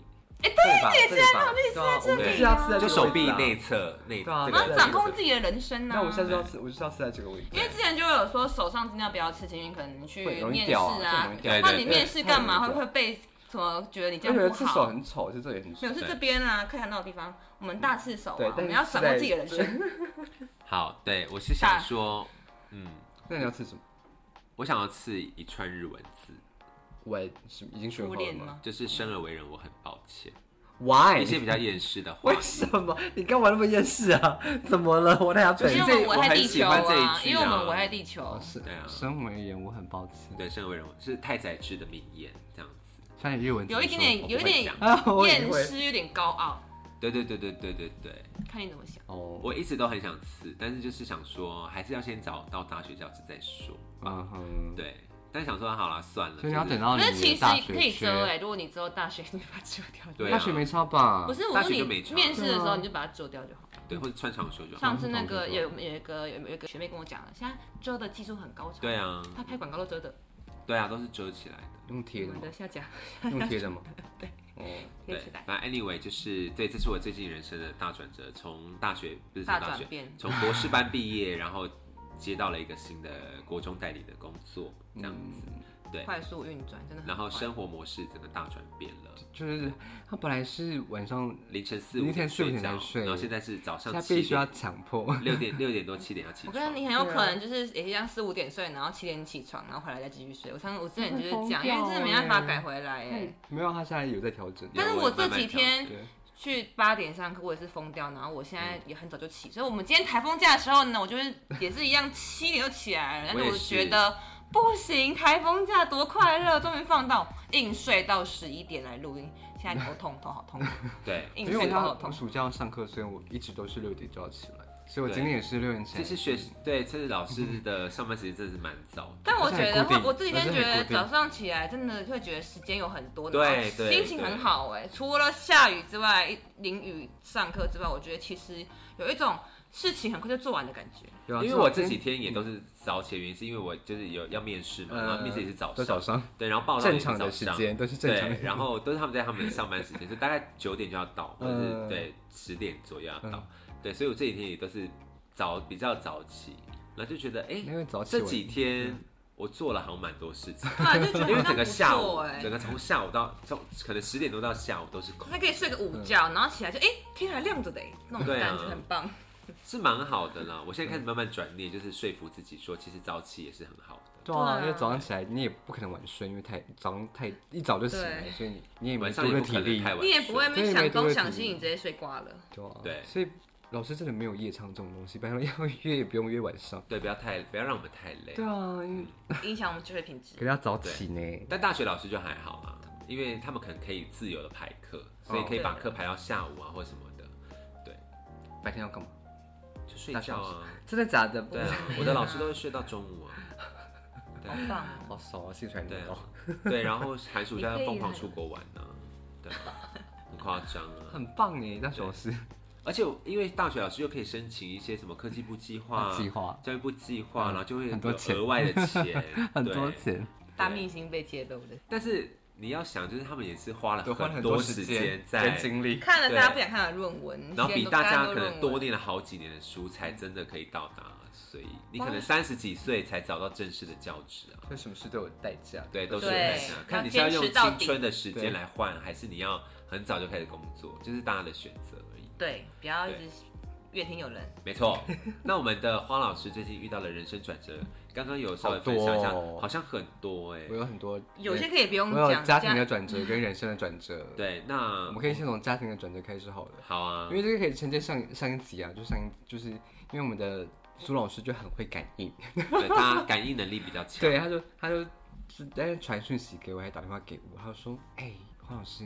S3: 对吧？对吧？对啊，我
S1: 这
S3: 们
S1: 里
S3: 是要
S2: 哦
S3: 刺在
S1: 就
S3: 这个
S1: 手
S3: 位置
S1: 臂
S3: 啊
S1: 内侧内
S3: 对啊
S1: 这
S2: 你要
S1: 个
S2: 掌控自己的人生呢、
S3: 那我下次要吃，我就是要吃在这个位置。
S2: 因为之前就有说手上尽量不要刺青，因为可能你去
S3: 会容易
S2: 面试
S3: 掉啊这
S2: 啊
S3: 容易，掉
S1: 对
S2: 那
S1: 对
S2: 你
S1: 对，
S2: 面试干嘛？
S3: 对对
S2: 会不
S3: 对
S2: 会被什么觉得你这
S3: 我觉得
S2: 样不
S3: 刺手
S2: 好？
S3: 很丑，其实这也很丑
S2: 没有，。是
S1: 对
S2: 这边啊，可以看到的地方。我们大刺手
S3: 对
S2: 啊，，我
S3: 但
S2: 们
S3: 是
S2: 要掌握
S3: 在
S2: 自己的人生。。
S1: 好，对我是想
S2: 大
S1: 说，嗯，
S3: 那你要吃什么？
S1: 我想要刺一串日文字，
S3: 我是已经学
S2: 初
S3: 好了
S2: 恋
S3: 吗
S2: 吗？
S1: 就是生而为人，我很抱歉，
S3: ？Why？
S1: 一些比较厌世的话
S3: 为。什么？你干嘛那么厌世啊？怎么了？我俩
S1: 就是
S2: 因为
S1: 这
S3: 本
S2: 我们危
S1: 我
S2: 害
S1: 很
S2: 地
S1: 喜
S2: 球
S1: 欢这一
S2: 啊，
S1: 句
S2: 因为我
S1: 啊
S2: 们危害地球。
S3: 哦是
S1: 对啊
S3: 身为人，我很抱歉。
S1: 对，生而为人我是太宰治的名言这样子。
S3: 像你日文怎
S2: 有
S3: 么
S2: 一
S3: 说，
S2: 点点，有
S1: 我
S2: 一
S1: 不
S2: 点
S1: 会
S3: 啊， 我也
S2: 厌
S3: 会
S2: 世，有点高傲，
S1: 对对对对对对对，
S2: 看你怎么想。
S3: 哦，
S1: 我一直都很想刺，但是就是想说，还是要先找到大学教职再说。
S3: 嗯哼，
S1: 对，但想说好啦，算了，
S3: 所以你要
S1: 就是
S3: 等到你
S2: 可是其
S3: 的
S2: 实
S3: 大
S2: 可以
S3: 学
S2: 遮
S3: 缺，
S2: 哎，如果你之后大学你把它遮掉就好，
S1: 对啊
S3: 大学没差吧
S2: 不？是我
S1: 大
S2: 说
S1: 学
S2: 你
S1: 就没差
S2: 面试的时
S3: 对啊
S2: 候你就把它遮掉就好。
S1: 对，或者穿长袖就好。
S2: 上次那个
S3: 嗯
S2: 有有一个有有一个学妹跟我讲了，现在遮的技术很高超，
S1: 对，啊，
S2: 她拍广告都遮的，
S1: 对啊，都是遮起来的。
S3: 用贴
S2: 我
S3: 的
S2: 们
S3: 吗
S2: 的？下甲
S3: 用贴的吗？对，哦，
S1: 嗯
S2: 贴
S1: 对
S2: 起来，，
S1: 反正 anyway 就是对，这是我最近人生的大转折，从大学不是从
S2: 大
S1: 大
S2: 转
S1: 学，
S2: 变。
S1: 从博士
S3: 嗯
S1: 班毕业，然后接到了一个新的国中代理的工作，这样子。对
S2: 快速运转，真的很
S1: 然后
S2: 快
S1: 生活模式整个大转变了，
S3: 就是他本来是晚上，
S1: 凌晨四五
S3: 凌晨四五
S1: 睡
S3: 点
S1: 觉
S3: 才，睡
S1: 然后现在是早上
S3: 他
S1: 七
S3: 必须要
S1: 点
S3: 强迫。
S1: 六点六点多七点要起
S2: 我
S1: 床。
S2: 跟你很有可
S3: 对
S2: 能就是也是这样四五点睡，然后七点起床，然后回来再继续睡。我常我之前就是这样，
S3: 会疯
S2: 因
S3: 掉
S2: 为真的没办法改回来
S3: 哎
S2: 哎。
S3: 没有，他现在有在调整。
S2: 但是我这几天
S3: 对，
S2: 去八点上课，我也是疯掉，然后我现在
S1: 嗯
S2: 也很早就起，所以我们今天台风假的时候呢，我就是也是 一样七点就起来了，但
S1: 我
S2: 是
S1: 也
S2: 我
S1: 是
S2: 觉得不行，台风假多快 乐，终于放到硬睡到十一点来录音，现在头痛，头 好痛，
S1: 对，
S3: 因
S2: 硬
S3: 为
S2: 睡
S3: 我
S2: 头好
S3: 要我
S2: 痛。
S3: 暑假要上课，所以我一直都是六点就要起来，所以我今
S1: 对
S3: 天也是六点起
S1: 其
S3: 来。
S1: 实学对，其实老师的上班时间真的是蛮早的。
S2: 但我觉得
S3: 而且很固定
S2: 我这几天觉
S3: 而且
S2: 得
S3: 很固定
S2: 早上起来真的会觉得时间有很多，
S1: 对
S2: 然后
S1: 对
S2: 心情很好哎、除了下雨之外，一淋雨上课之外，我觉得其实有一种事情很快就做完的感 觉。，
S3: 有啊
S1: 因为
S3: 就
S1: 我这几天也都是早起，的原因是因为我就是有要面试嘛，
S3: 呃
S1: 然后面试也是早
S3: 都
S1: 上，
S3: 早上
S1: 对，然后报道也
S3: 正
S1: 是
S3: 常
S1: 早
S3: 的时
S1: 上，
S3: 间都是正常的
S1: 对，
S3: 时间。
S1: 然后都是他们在他们上班时间，就大概九点就要到，或者是、
S3: 嗯
S1: 对十点左右要到，对，所以我这几天也都是早比较早起，然后就觉得哎、
S3: 因为早起嗯
S1: 这
S3: 我
S1: 几天我做了好像蛮多事 情
S2: 突然就觉得
S1: 因为
S2: 好
S1: 整
S2: 像
S1: 个
S2: 不
S1: 下
S2: 错
S1: 午，
S2: 哎
S1: 整个从下午到从可能十点多到下午都是空
S2: 还，可以睡个午觉，然后起来就哎、诶天还亮着的、诶那
S1: 嗯
S2: 种
S1: 对啊
S2: 感觉很棒。
S1: 是蛮好的啦。我现在开始慢慢转念，就是说服自己说，其实早起也是很好的。
S3: 对
S2: 对啊
S3: 啊，因为早上起来你也不可能晚睡，因为太早上太一早就醒来，
S2: 对
S3: 所以你你也
S1: 晚
S3: 没
S1: 上
S3: 多
S1: 也
S3: 的
S1: 不
S3: 体
S1: 可能
S3: 力
S1: 太，晚睡，
S2: 你也不
S3: 所
S2: 会
S3: 以
S2: 没
S3: 你
S2: 想
S3: 们就
S2: 东
S3: 会
S2: 想
S3: 提
S2: 西，你直接睡挂了。
S3: 对啊，
S1: 对
S3: 所以老师真的没有夜唱这种东西，本来 要约也不用约晚上。
S1: 对，不要太不要让我们太累。
S3: 对啊，因为
S2: 影响我们就学品质
S3: 可。是要早起呢。
S1: 但大学老师就还好啦，因为他们可能可以自由的排课，所
S3: 哦
S1: 以可以把课排到下午啊或什么的，
S3: 白天要干嘛？
S1: 就睡觉啊。
S3: 真的假的？
S1: 对啊，我的老师都会睡到中午啊。
S2: 好棒哦！
S3: 好少啊，气喘
S1: 对啊
S3: 到，，
S1: 对，然后寒暑假要疯狂出国玩呢、对，啊 很夸张啊。
S3: 很棒哎，那首是
S1: 而且因为大学老师又可以申请一些什么科技部计划、
S3: 啊计划嗯
S1: 教育部计划，然后就会
S3: 很多
S1: 有
S3: 钱，
S1: 额外的钱
S3: 很多
S1: 对。
S3: 钱，
S2: 大秘辛被揭露的，
S1: 但是你要想，就是他们也是花了
S3: 都花了
S1: 很
S3: 很多
S1: 时
S3: 时
S1: 间
S3: 间
S1: 在
S3: 跟精力。
S2: 看了
S1: 对
S2: 大家不想看的论文，
S1: 然后比
S2: 现在都
S1: 大家
S2: 都
S1: 可能
S2: 论
S1: 多
S2: 文
S1: 念了好几年的书，才真的可以到达，所以你可能三十几岁才找到正式的教职啊。
S3: 就什么事都有代价。
S1: 对，都是
S2: 对
S1: 很难啊
S2: 要
S1: 看你是要用
S2: 坚持到
S1: 青
S2: 底
S1: 春的时间
S3: 对
S1: 来换，还是你要很早就开始工作，就是大家的选择而已。
S2: 对，不要一
S1: 对
S2: 直怨天尤人。
S1: 没错。 那我们的花老师最近遇到了人生转折，刚刚有稍微分享一下，
S3: 好多哦
S1: 好像很多哎、
S3: 我有很多，
S2: 有些可以不用
S3: 我有
S2: 讲，
S3: 家庭
S2: 这
S3: 的
S2: 样
S3: 转 折跟人生的转折。，
S1: 对，那
S3: 我们可以先从家庭的转折开始好了。
S1: 好啊
S3: 因，为这个可以承接上上一集啊，就上一就是因为我们的苏老师就很会感应，
S1: 对，大家感应能力比较强。
S3: 对，他就他就就在传讯息给我，还打电话给我，他就说：“哎、黄老师，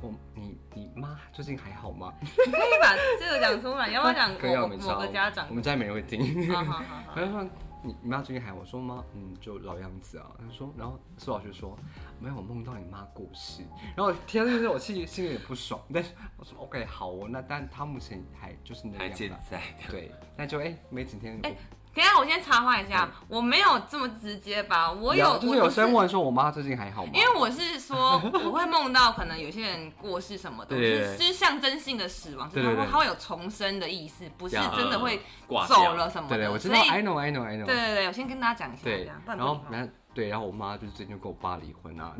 S3: 我你你妈最近还好吗
S2: 你可以把这个讲出来，要不 要讲？
S3: 可以啊，
S2: 某
S3: 我没差
S2: 某个家长啊
S3: 我？们家没人会听。
S2: 好好好好，
S3: 他就说：“你你妈最近还好？”我说：“妈，嗯，就老样子啊。”他说，然后苏老师说：“没有，我梦到你妈过世。”然后听到这件事，我心里心里有点不爽，但是我说：“OK，好哦，那但他目前还就是那
S1: 还
S3: 样
S1: 健
S3: 吧。
S1: 在，”
S3: 对，那就哎、没几天，
S2: 哎等一下我先插话一下，
S1: 嗯
S2: 我没有这么直接吧？我有，
S3: 就是
S2: 我
S3: 有
S2: 不
S3: 先问说我妈最近还好吗？
S2: 因为我 是说，我会梦到可能有些人过世什么的，
S3: 对对
S2: 是是象征性的死亡，就
S3: 对
S2: 是
S3: 对
S2: 它
S3: 对
S2: 它会有重生的意思，不是
S1: 呀
S2: 真的会
S1: 挂掉
S2: 走了什么的。
S3: 对对，我知道
S2: 所以
S3: ，I know，I know，I know。
S2: 对对对，我先跟大家讲一下，
S3: 对
S2: 这样，不
S3: 然
S2: 然不礼
S3: 后
S2: 貌
S3: 然后对，然后我妈就是最近就跟我爸离婚啊，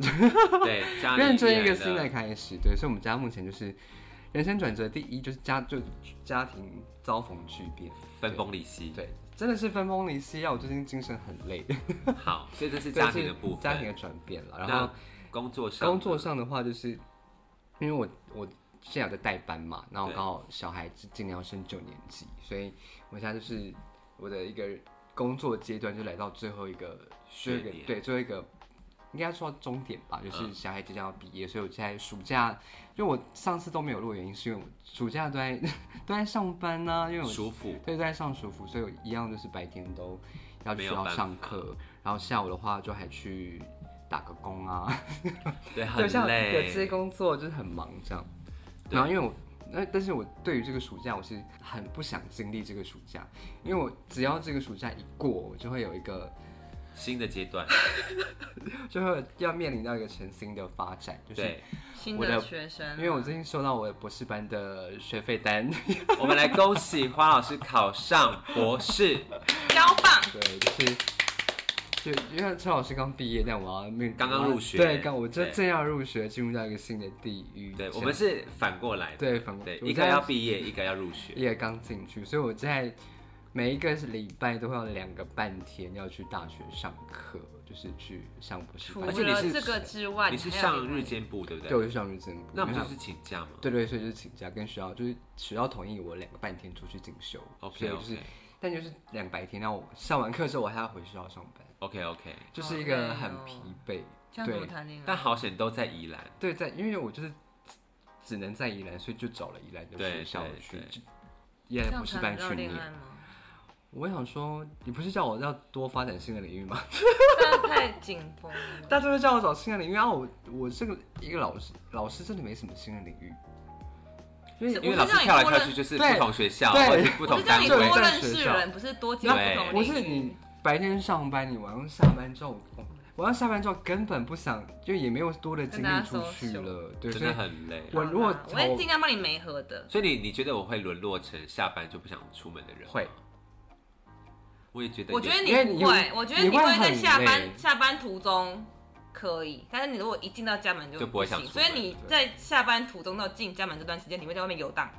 S1: 对， 家里
S3: 认真一个
S1: 面
S3: 新的开始。对，所以我们家目前就是人生转折，第一就是家就家庭遭逢巨变，
S1: 分崩离析。
S3: 对，真的是分崩离析啊！我最近精神很累，
S1: 好，所以这是家庭的
S3: 对
S1: 部
S3: 是
S1: 分。
S3: 家庭的转变了。然
S1: 那
S3: 后
S1: 工作上呢，
S3: 工作上的话，就是因为我我现在有在代班嘛，然后
S1: 对
S3: 刚好小孩子今年要升九年级，所以我现在就是我的一个工作阶段就来到最后一个
S1: 学
S3: 最后一
S1: 年
S3: 个对最后一个。应该说到终点吧，就是小孩即将要毕业，所以我现在暑假，因为我上次都没有录，原因是因为我暑假都在都在上班呢、因为我
S1: 舒 服，
S3: 对，在上学服，所以我一样就是白天都要去
S1: 没
S3: 学
S1: 有
S3: 校
S1: 办
S3: 上课，然后下午的话就还去打个工啊，
S1: 对，
S3: 对，像
S1: 很
S3: 有这些
S1: 累。
S3: 工作就是很忙这样。
S1: 对
S3: 然后因为我，那但是我对于这个暑假我是很不想经历这个暑假，因为我只要这个暑假一过，我就会有一个
S1: 新的阶段，
S3: 就会要面临到一个全新的发展，就是
S1: 对，
S2: 新
S3: 我
S2: 的
S3: 的
S2: 学生，
S3: 因为我最近收到我的博士班的学费单，
S1: 我们来恭喜花老师考上博士，
S2: 交棒，
S3: 对，就是就因为陈老师刚毕业，但我要面
S1: 刚刚入学
S3: 对，刚我
S1: 对
S3: 正正要入学，进入到一个新的地域。
S1: 对，
S3: 这
S1: 我
S3: 样
S1: 们是反过来的，
S3: 对反过
S1: 对，
S3: 我
S1: 一个
S3: 在
S1: 要毕业，一个要入学，
S3: 也刚进去，所以我在每一个礼拜都会有两个半天要去大学上课，就是去上博士
S2: 除
S3: 班
S1: 而。且你
S2: 了
S1: 是
S2: 这个之外，
S1: 你是
S2: 还有
S1: 上
S2: 另外
S1: 日间部对不
S3: 对，我
S1: 对？
S3: 就上日政部。
S1: 那不
S3: 因为
S1: 就
S3: 他
S1: 是请假吗？
S3: 对对，所以就是请假跟学校，就是学校同意我两个半天出去进修。所
S1: ，OK
S3: 以就是
S1: OK
S3: 但就是两白天，然后我上完课之后我还要回学校上班，
S1: OK OK，
S3: 就是一个
S2: 好累哦
S3: 很疲惫。
S2: 这样怎么
S3: 对
S2: 谈恋爱？
S1: 但好险都在宜兰，
S3: 对，在因为我就是只能在宜兰，所以就找了宜兰的
S1: 对
S3: 学校
S1: 对
S3: 去
S1: 对
S3: 就宜
S2: 这
S3: 兰
S2: 样
S3: 补习
S2: 谈
S3: 班
S2: 得到
S3: 训练
S2: 恋。爱吗？
S3: 我想说，你不是叫我要多发展新的领域吗？
S2: 这样太紧绷了。
S3: 大家都叫我找新的领域啊！我我这个一个老师，老师真的没什么新的领域，因
S2: 是
S3: 为
S1: 因为老师跳来跳去就是
S3: 对
S1: 不同学校
S3: 对
S1: 或者是不
S2: 我
S1: 同
S2: 是叫
S1: 单
S2: 你
S3: 就
S1: 位
S3: 是
S2: 多
S3: 在
S2: 认识
S3: 学校
S2: 人，不是多接触
S1: 对
S2: 不同的
S3: 不是
S2: 领域
S3: 你白天上班，你晚上下班之后，哦晚上下班之后根本不想，就也没有多的精
S2: 跟大
S3: 力
S2: 家
S3: 出
S2: social
S3: 去了，对，
S1: 真
S3: 所以
S1: 的很累。
S3: 我如果
S2: 好啦我会尽量帮你媒合的。
S1: 所以你你觉得我会沦落成下班就不想出门的人？
S3: 会，
S1: 我也觉得有。
S2: 我觉得
S3: 因为你
S2: 你不会
S3: 会，
S2: 我觉得
S3: 你
S2: 你
S3: 会
S2: 会在
S3: 很
S2: 下
S3: 累
S2: 班下班途中可以，但是你如果一进到家门就
S1: 就不会想
S2: 行
S1: 出
S2: 所
S1: 门
S2: 以你在下班途中到进家门这段时间，你会在外面游荡，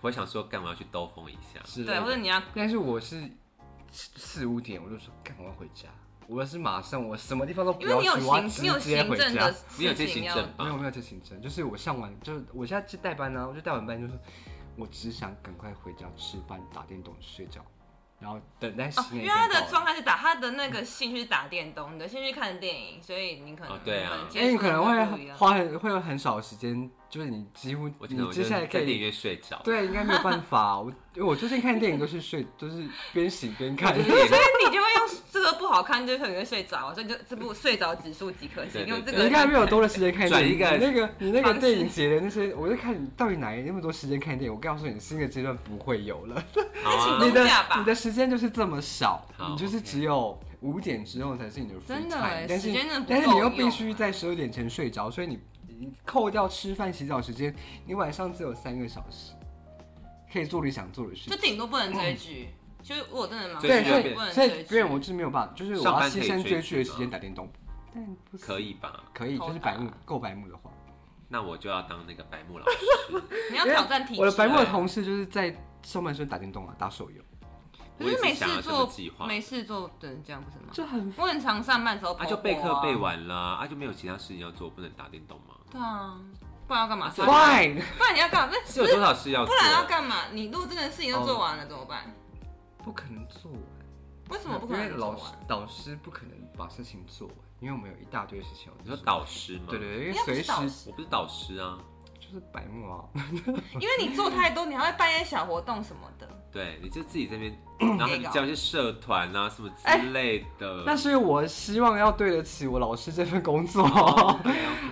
S1: 我想说，干嘛要去兜风一下？
S3: 之类
S2: 对，
S3: 的
S2: 或者你要
S3: 但是我是四五点我就说，干，我要回家。我是马上，我什么地方都不
S2: 因为
S3: 要
S2: 你有
S3: 去，我要
S2: 行，你有
S3: 直接
S2: 行
S3: 回
S2: 政
S3: 家
S2: 的。事
S1: 你有接
S2: 情
S1: 行
S2: 要
S1: 政
S3: 没有
S1: 吧？
S3: 没有这行程，就是我上完，就是我现在去代班呢、啊我就代完班就是，我只想赶快回家吃饭、打电动、睡觉，然后等待
S2: 哦，
S3: 十点
S2: 因为
S3: 就到了。
S2: 他的状态是打他的那个兴趣是打电动，你的兴趣看电影，所以你可能
S1: 哦对啊
S2: 能
S3: 因为
S2: 接
S3: 哎你
S2: 触
S3: 可
S2: 的
S3: 能
S2: 会不一
S3: 会
S2: 样
S3: 花很会有很少的时间，就是你几乎
S1: 我可能
S3: 你
S1: 我
S3: 接
S1: 就
S3: 下来
S1: 在
S3: 可
S1: 电影
S3: 以
S1: 院睡着。
S3: 对，应该没有办法。我因为我最近看电影都是睡，都是边醒边看。
S2: 所以你就会用这个不好看，就可能会睡着，所以就这部睡着指数几颗
S1: 对
S2: 星，
S1: 对
S2: 用这
S3: 你
S2: 个
S3: 应该没有多的时间看电影。
S1: 转一
S3: 你
S1: 个
S3: 那个你那个
S2: 方式
S3: 电影节的那些，我就看你到底哪来那么多时间看电影。我告诉你，新的阶段不会有了。
S1: 好啊
S2: 那
S3: 你的
S2: 放假吧
S3: 你的时间就是这么少，
S1: 好
S3: 你就是只有五点之后才是你的 free
S2: 真的
S3: time，
S2: 欸
S3: 但是
S2: 时间真的不
S3: 但是你
S2: 够
S3: 又
S2: 用
S3: 必须在十二点前睡着，所以你你扣掉吃饭洗澡时间，你晚上只有三个小时可以做你想做的事
S2: 就
S3: 情。
S2: 顶多不能追剧，就是我真的蛮
S1: 追
S3: 对，
S1: 剧
S3: 所
S1: 就
S3: 以
S1: 变
S2: 不能
S3: 所以所
S2: 追
S3: 以
S2: 剧，
S3: 我就是没有办法，就是我
S1: 上
S3: 要
S1: 班可
S3: 牺
S1: 以追
S3: 牲追剧的
S1: 剧
S3: 时间
S1: 吗
S3: 打电动，但不是
S1: 可以吧？
S3: 可以，
S2: 偷
S3: 就是
S2: 打
S3: 白目够白目的话。
S1: 那我就要当那个白木老 师。
S2: 你要挑战体质。欸
S3: 我的白目的同事就是在上班时候打电动啊，打手游，
S1: 我
S2: 可
S1: 也
S2: 是没
S1: 是想要
S2: 事
S1: 这么
S2: 做
S1: 计，划。
S2: 没事做只能这样不是吗？
S3: 就很
S2: 我很常上班的时候跑
S1: 啊，
S2: 步啊，
S1: 就备课备完了，啊，就没有其他事情要做，不能打电动吗？
S2: 对啊，不然要干嘛？不然
S3: fine。
S2: 不然你要干嘛？不
S1: 啊是有多少事要
S2: 不
S1: 做？哦
S2: 然要干嘛？你如果真的事情都做完了怎么办？
S3: 不可能做啊完，
S2: 为什么不可
S3: 因为
S2: 能做
S3: 老师
S2: 完？
S3: 导师不可能把事情做完，因为我们有一大堆事情要
S1: 你说
S3: 做。
S1: 导师吗？
S3: 对对，对，因为
S2: 你要不
S3: 随
S2: 是导
S3: 时
S2: 师，
S1: 我不是导师啊。
S3: 就是白目啊。
S2: 因为你做太多，你还会办一些小活动什么 的。
S1: 对，你就自己这 边，然后你叫一些社团啊什么之类
S2: 哎
S1: 的。
S3: 那所以我希望要对得起我老师这份工作。
S1: 哦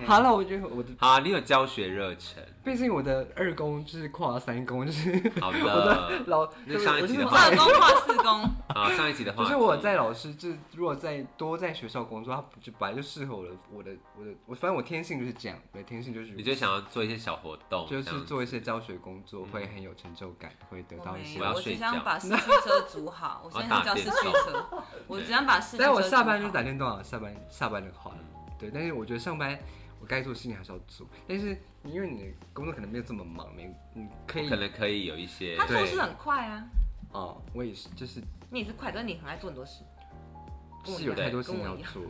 S3: 好了，我觉得我的，
S1: 好，你有教学热忱，
S3: 毕竟我的二公就是跨了三公，就是
S1: 好 的
S3: 我的老，
S1: 那
S3: 就是
S1: 上一
S3: 我就
S1: 集
S3: 是
S1: 的话
S2: 二
S3: 在
S2: 公跨四公，
S1: 好，上一集的话题，
S3: 就是我在老师，就是如果在多在学校工作，他就本来就适合我的，我的，我的，我反正我天性就是这样，我的天性就是
S1: 你就想要做一些小活动，
S3: 就
S1: 这样
S3: 是
S1: 子嗯
S3: 做一些教学工作会很有成就感，会得
S2: 我
S3: 到一
S2: 没
S3: 些
S1: 我要
S2: 有，我
S1: 睡
S2: 只
S1: 觉
S2: 想 把四驱车组好。我现在是叫四驱车，我只想把四驱
S3: 但
S2: 车。
S3: 我下班就打。电动啊，下班下班的话，对。但是我觉得上班我该做的事情还是要做，但是因为你的工作可能没有这么忙，没你可以
S1: 可能可以有一些
S2: 他，做事很快啊，
S3: 哦、我也是，就是
S2: 你也是快，可是你很爱做很多事。跟我
S3: 是
S2: 一
S3: 有
S2: 样
S3: 太多事情
S2: 跟
S3: 要
S2: 我一样
S3: 做了，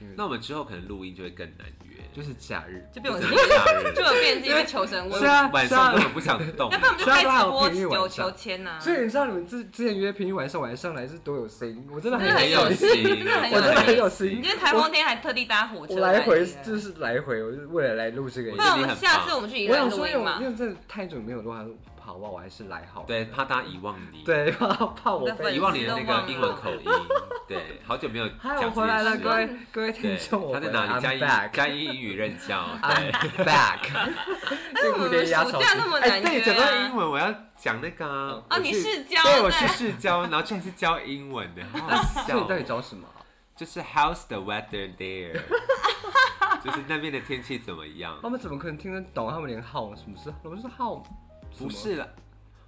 S3: 因为
S1: 那我们之后可能录音就会更难约，
S3: 就是假日，
S2: 就变我
S1: 就
S2: 自
S1: 是
S2: 己，
S1: 假
S2: 就
S1: 日
S2: 我变成自己的求生
S3: 现
S2: 问。
S3: 在
S1: 晚
S3: 现
S1: 上根
S3: 在，
S1: 本不想动
S2: 那，不然我们就开直播九啊求签呐、
S3: 所以你知道你们之之前约平日晚上，我还上来是多有声音，我真的
S1: 你
S2: 真的
S1: 很
S3: 很
S2: 很
S1: 有
S2: 有
S1: 心
S2: 心，
S1: 真
S2: 真
S1: 的
S2: 的
S1: 很有心
S3: 我真的
S2: 很有心
S3: 很有
S2: 你
S3: 心
S2: 今天台风天还特地搭火车
S3: 我来回
S2: 宜兰
S3: 就是来回，我是为了来录这个音。
S2: 那我们下次我们去宜
S3: 我
S2: 兰
S3: 想
S2: 录
S3: 说，因为
S2: 音
S3: 我
S2: 嘛
S3: 因？为真的太久没有录，还好吧，我还是来好了。
S1: 对，怕大家遗忘你，
S3: 对， 怕怕我
S2: 我的粉
S1: 遗
S3: 被
S1: 忘你的那个英文口音，对，好久没有
S3: 嗨，
S1: 讲
S3: 我
S1: 这
S3: 回来了，
S1: 件
S3: 各
S1: 事。
S3: 位各位听
S1: 对，
S3: 众，我
S1: 他在
S3: 回来
S1: 哪里？嘉
S3: I'm
S1: 义
S3: back，啊
S1: 嘉义英语任教，对
S3: I'm。back。 哎
S2: 但我们暑假那么
S1: 哎，
S2: 难
S1: 对，
S2: 约
S1: 讲到英
S2: 啊！
S1: 文，我要讲那个啊
S2: 啊
S1: 我
S2: 你
S1: 去
S2: 是教
S1: 对，
S2: 的
S1: 我是市教，然后居然是教英文的，好好
S3: 所以你到底
S1: 笑。哦
S3: 找什么？
S1: 就是 How's the weather there？就是那边的天气怎么样
S3: 他？们怎么可能听得懂？他们连号什么是？我们是号，
S1: 不是啦，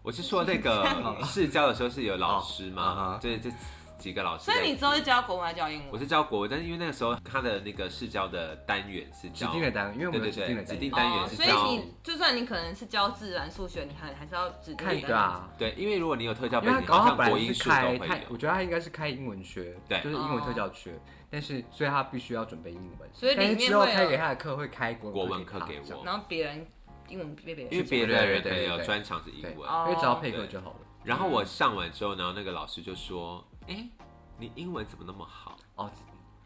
S1: 我是说那个市教的时候是有老师
S3: 哦啊
S1: 嘛
S3: 哈，
S1: 对，就几个老师在
S2: 所
S1: 读。
S2: 以你之后是教国文还啊是教英
S1: 我
S2: 文？
S1: 是教国文，但是因为那个时候他的那个试教的单元是
S3: 指
S1: 教
S3: 定的单位，因为我们有
S1: 对
S3: 指
S1: 对
S3: 定的
S1: 对指
S3: 单
S1: 定
S3: 位，
S1: 单元
S2: 哦，
S1: 是
S2: 所以
S1: 教
S2: 你就算你可能是教自然、数学，你还还是要指定
S3: 看
S2: 的
S3: 对啊。
S1: 对，因为如果你有特教
S3: 因
S1: 背
S3: 为他
S1: 景，
S3: 搞
S1: 好
S3: 好
S1: 像
S3: 本
S1: 国
S3: 来
S1: 英
S3: 是
S1: 数都
S3: 开，
S1: 会
S3: 他
S1: 有。
S3: 我觉得他应该是开英文学，
S1: 对
S3: 就是英文特教学，但是所以他必须要准备英文，
S2: 所以里
S3: 但
S2: 面
S3: 是之后
S2: 会有
S3: 开给他的课会开国
S1: 国文
S3: 文
S1: 课给
S3: 他这样
S1: 我
S2: 然后别人英文被别人
S1: 因为别的人可
S3: 对对
S1: 能
S3: 对
S1: 有
S3: 对
S1: 专长是英
S3: 对，
S1: 文，
S2: 哦嗯
S3: 因为只要配合就好了。
S1: 然后我上完之后，然后那个老师就说：“哎、你英文怎么那么好
S3: 哦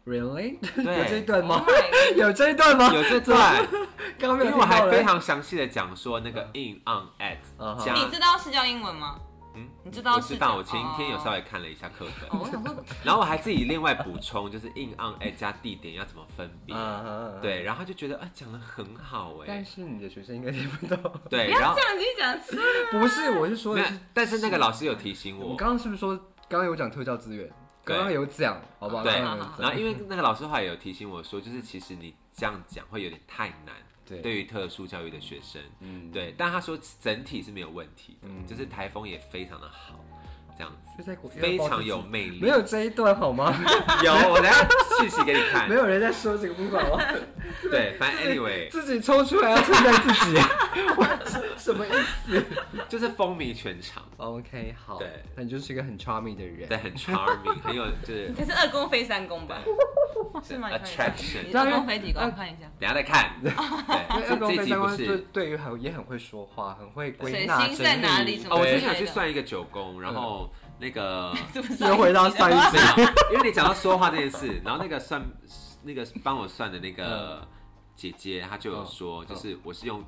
S3: ，Really？
S1: 对 哦
S3: 有这一段
S2: Oh
S3: 吗？
S2: my god
S3: 有这一段吗？？”
S1: 有这段，
S3: 刚刚
S1: 因为
S3: 哦没有听
S1: 我
S3: 到哎
S1: 还非
S3: 嘞。
S1: 常详细的讲说那个 in on at
S3: 嗯
S1: 加，
S2: 你知道是教英文吗？
S1: 嗯，
S2: 你知道
S1: 我
S2: 是哦
S1: 知道，我前一天有稍
S2: 微。
S1: 微看了一下课
S2: 哦，
S1: 本，
S2: 我想说，
S1: 然后我还自己另外补充，就是 in on at 加地点要怎么分别，
S3: 嗯，
S1: 对，然后他就觉得啊讲的很好
S3: 但
S1: 哎，
S3: 是你的学生应该听不懂。
S1: 对，
S2: 不
S1: 然
S2: 要
S1: 后
S2: 这样，你继续讲吃。
S3: 不是，我是说
S1: 没
S3: 的
S1: 有
S3: 是，
S1: 但是那个老师有提醒
S3: 我
S1: 我
S3: 们，刚刚是不是说刚刚有讲特教资源？
S1: 对
S3: 刚刚有讲，好不好？
S1: 对
S3: 刚刚有
S2: 好
S1: 然后
S3: 讲。
S1: 因为那个老师后来有提醒我说，就是其实你这样讲会有点太难，
S3: 对
S1: 对于特殊教育的学生，
S3: 嗯，
S1: 对，但他说整体是没有问题的，
S3: 嗯
S1: 就是台风也非常的好，这样子
S3: 就在国
S1: 非常有，魅力。
S3: 没有这一段 好吗？
S1: 有，我等一下讯息给你看。
S3: 没有人在说这个部分 好吗？
S1: 对，反正 anyway
S3: 自己抽出来要称赞自 己，我什么意思
S1: 就是风靡全场，
S3: ？OK，好，
S1: 对
S3: 那你就是一个很 charming 的人
S1: 对，。很 charming，很有 就是
S2: 可是二宫飞三 宫吧？是吗？你看一下
S1: Attraction
S2: 你二宫飞几
S3: 呃
S2: 宫？我看一下。
S1: 等一下再 看。
S3: 因为
S1: 对，
S3: 二
S1: 这这
S3: 宫飞
S1: 集
S3: 三
S1: 不
S3: 观对
S1: 是。
S3: 对于很也很会说话，很会归
S2: 水
S3: 纳
S2: 星在
S3: 整
S2: 哪
S3: 理
S2: 里什么
S1: 哦，我
S2: 之
S1: 之
S2: 类的
S1: 前有去算一个九宫，然后那个
S2: 是不是
S3: 又回到上一集
S1: 没，有，因为你讲到说话这件事，然后那个算那个帮我算的那个姐姐，她就有说，
S3: 嗯
S1: 就是我是用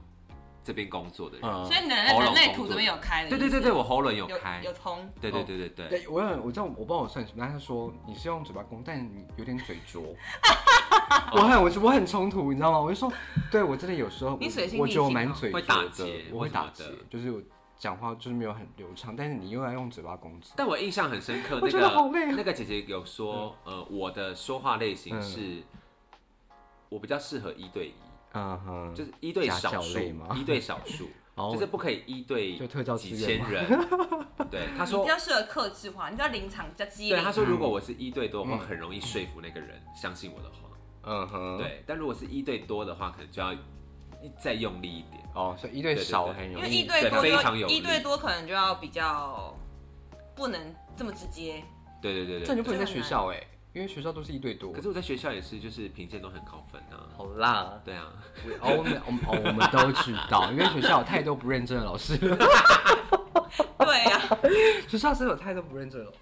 S1: 这边工作的人，
S3: 嗯
S2: 所以你的人类图这边有开的。
S1: 对对对对，我喉咙有
S2: 有
S1: 开，
S2: 有通。
S1: 对对对对对，
S3: 哎对，我有我知道我不知道我算什么，但他说你是用嘴巴攻，但你有点嘴拙。 我很我我很冲突，你知道吗？我就说，对我真的有时候
S2: 你
S3: 我
S2: 水星
S3: 我
S2: 逆
S3: 觉得我
S2: 行
S3: 蛮
S2: 哦
S3: 嘴
S1: 会
S3: 拙
S1: 打
S3: 的
S1: 结，
S3: 我
S1: 或
S3: 会
S1: 什
S3: 打
S1: 么
S3: 结
S1: 的，
S3: 就是我讲话就是没有很流畅，但是你又要用嘴巴攻击。
S1: 但我印象很深刻，
S3: 我
S1: 那
S3: 觉得好
S1: 个
S3: 累哦
S1: 那个姐姐有说，呃，我的说话类型
S3: 嗯
S1: 是，我比较适合一对一，
S3: 嗯哼，
S1: 就是一对少
S3: 家
S1: 数
S3: 教类吗，
S1: 一对少数，
S3: 哦
S1: 就是不可以一对
S3: 就特教资
S1: 几
S3: 源
S1: 千
S3: 吗
S1: 人。 对，她
S2: 你
S1: 说
S2: 比，较适合克制化，你知道临场比较机
S1: 对，
S2: 灵
S1: 她。说如果我是一对多的话，
S3: 嗯
S1: 很容易说服那个人相信我的话。
S3: 嗯哼，，
S1: 对，但如果是一对多的话，可能就要一再用力一点。
S3: 哦，所以一对
S1: 对对
S3: 少
S1: 对
S3: 很
S2: 因
S3: 容
S2: 为
S3: 易
S2: 一对多
S1: 对
S2: 就
S1: 非常有
S2: 一对
S1: 力
S2: 多可能就要比较不能这么直接。
S1: 对对对
S3: 这
S1: 对
S3: 样就不能在
S2: 这
S3: 学
S2: 很难
S3: 校哎，因为学校都是一对多
S1: 可。是我在学校也是，就是评鉴都很高分啊。
S3: 好 啦，
S1: 对啊，
S3: 哦，我们哦哦我们都知道，因为学校有太多不认真的老师了，
S2: 对啊呀、
S3: 学校真的有太多不认真的老师。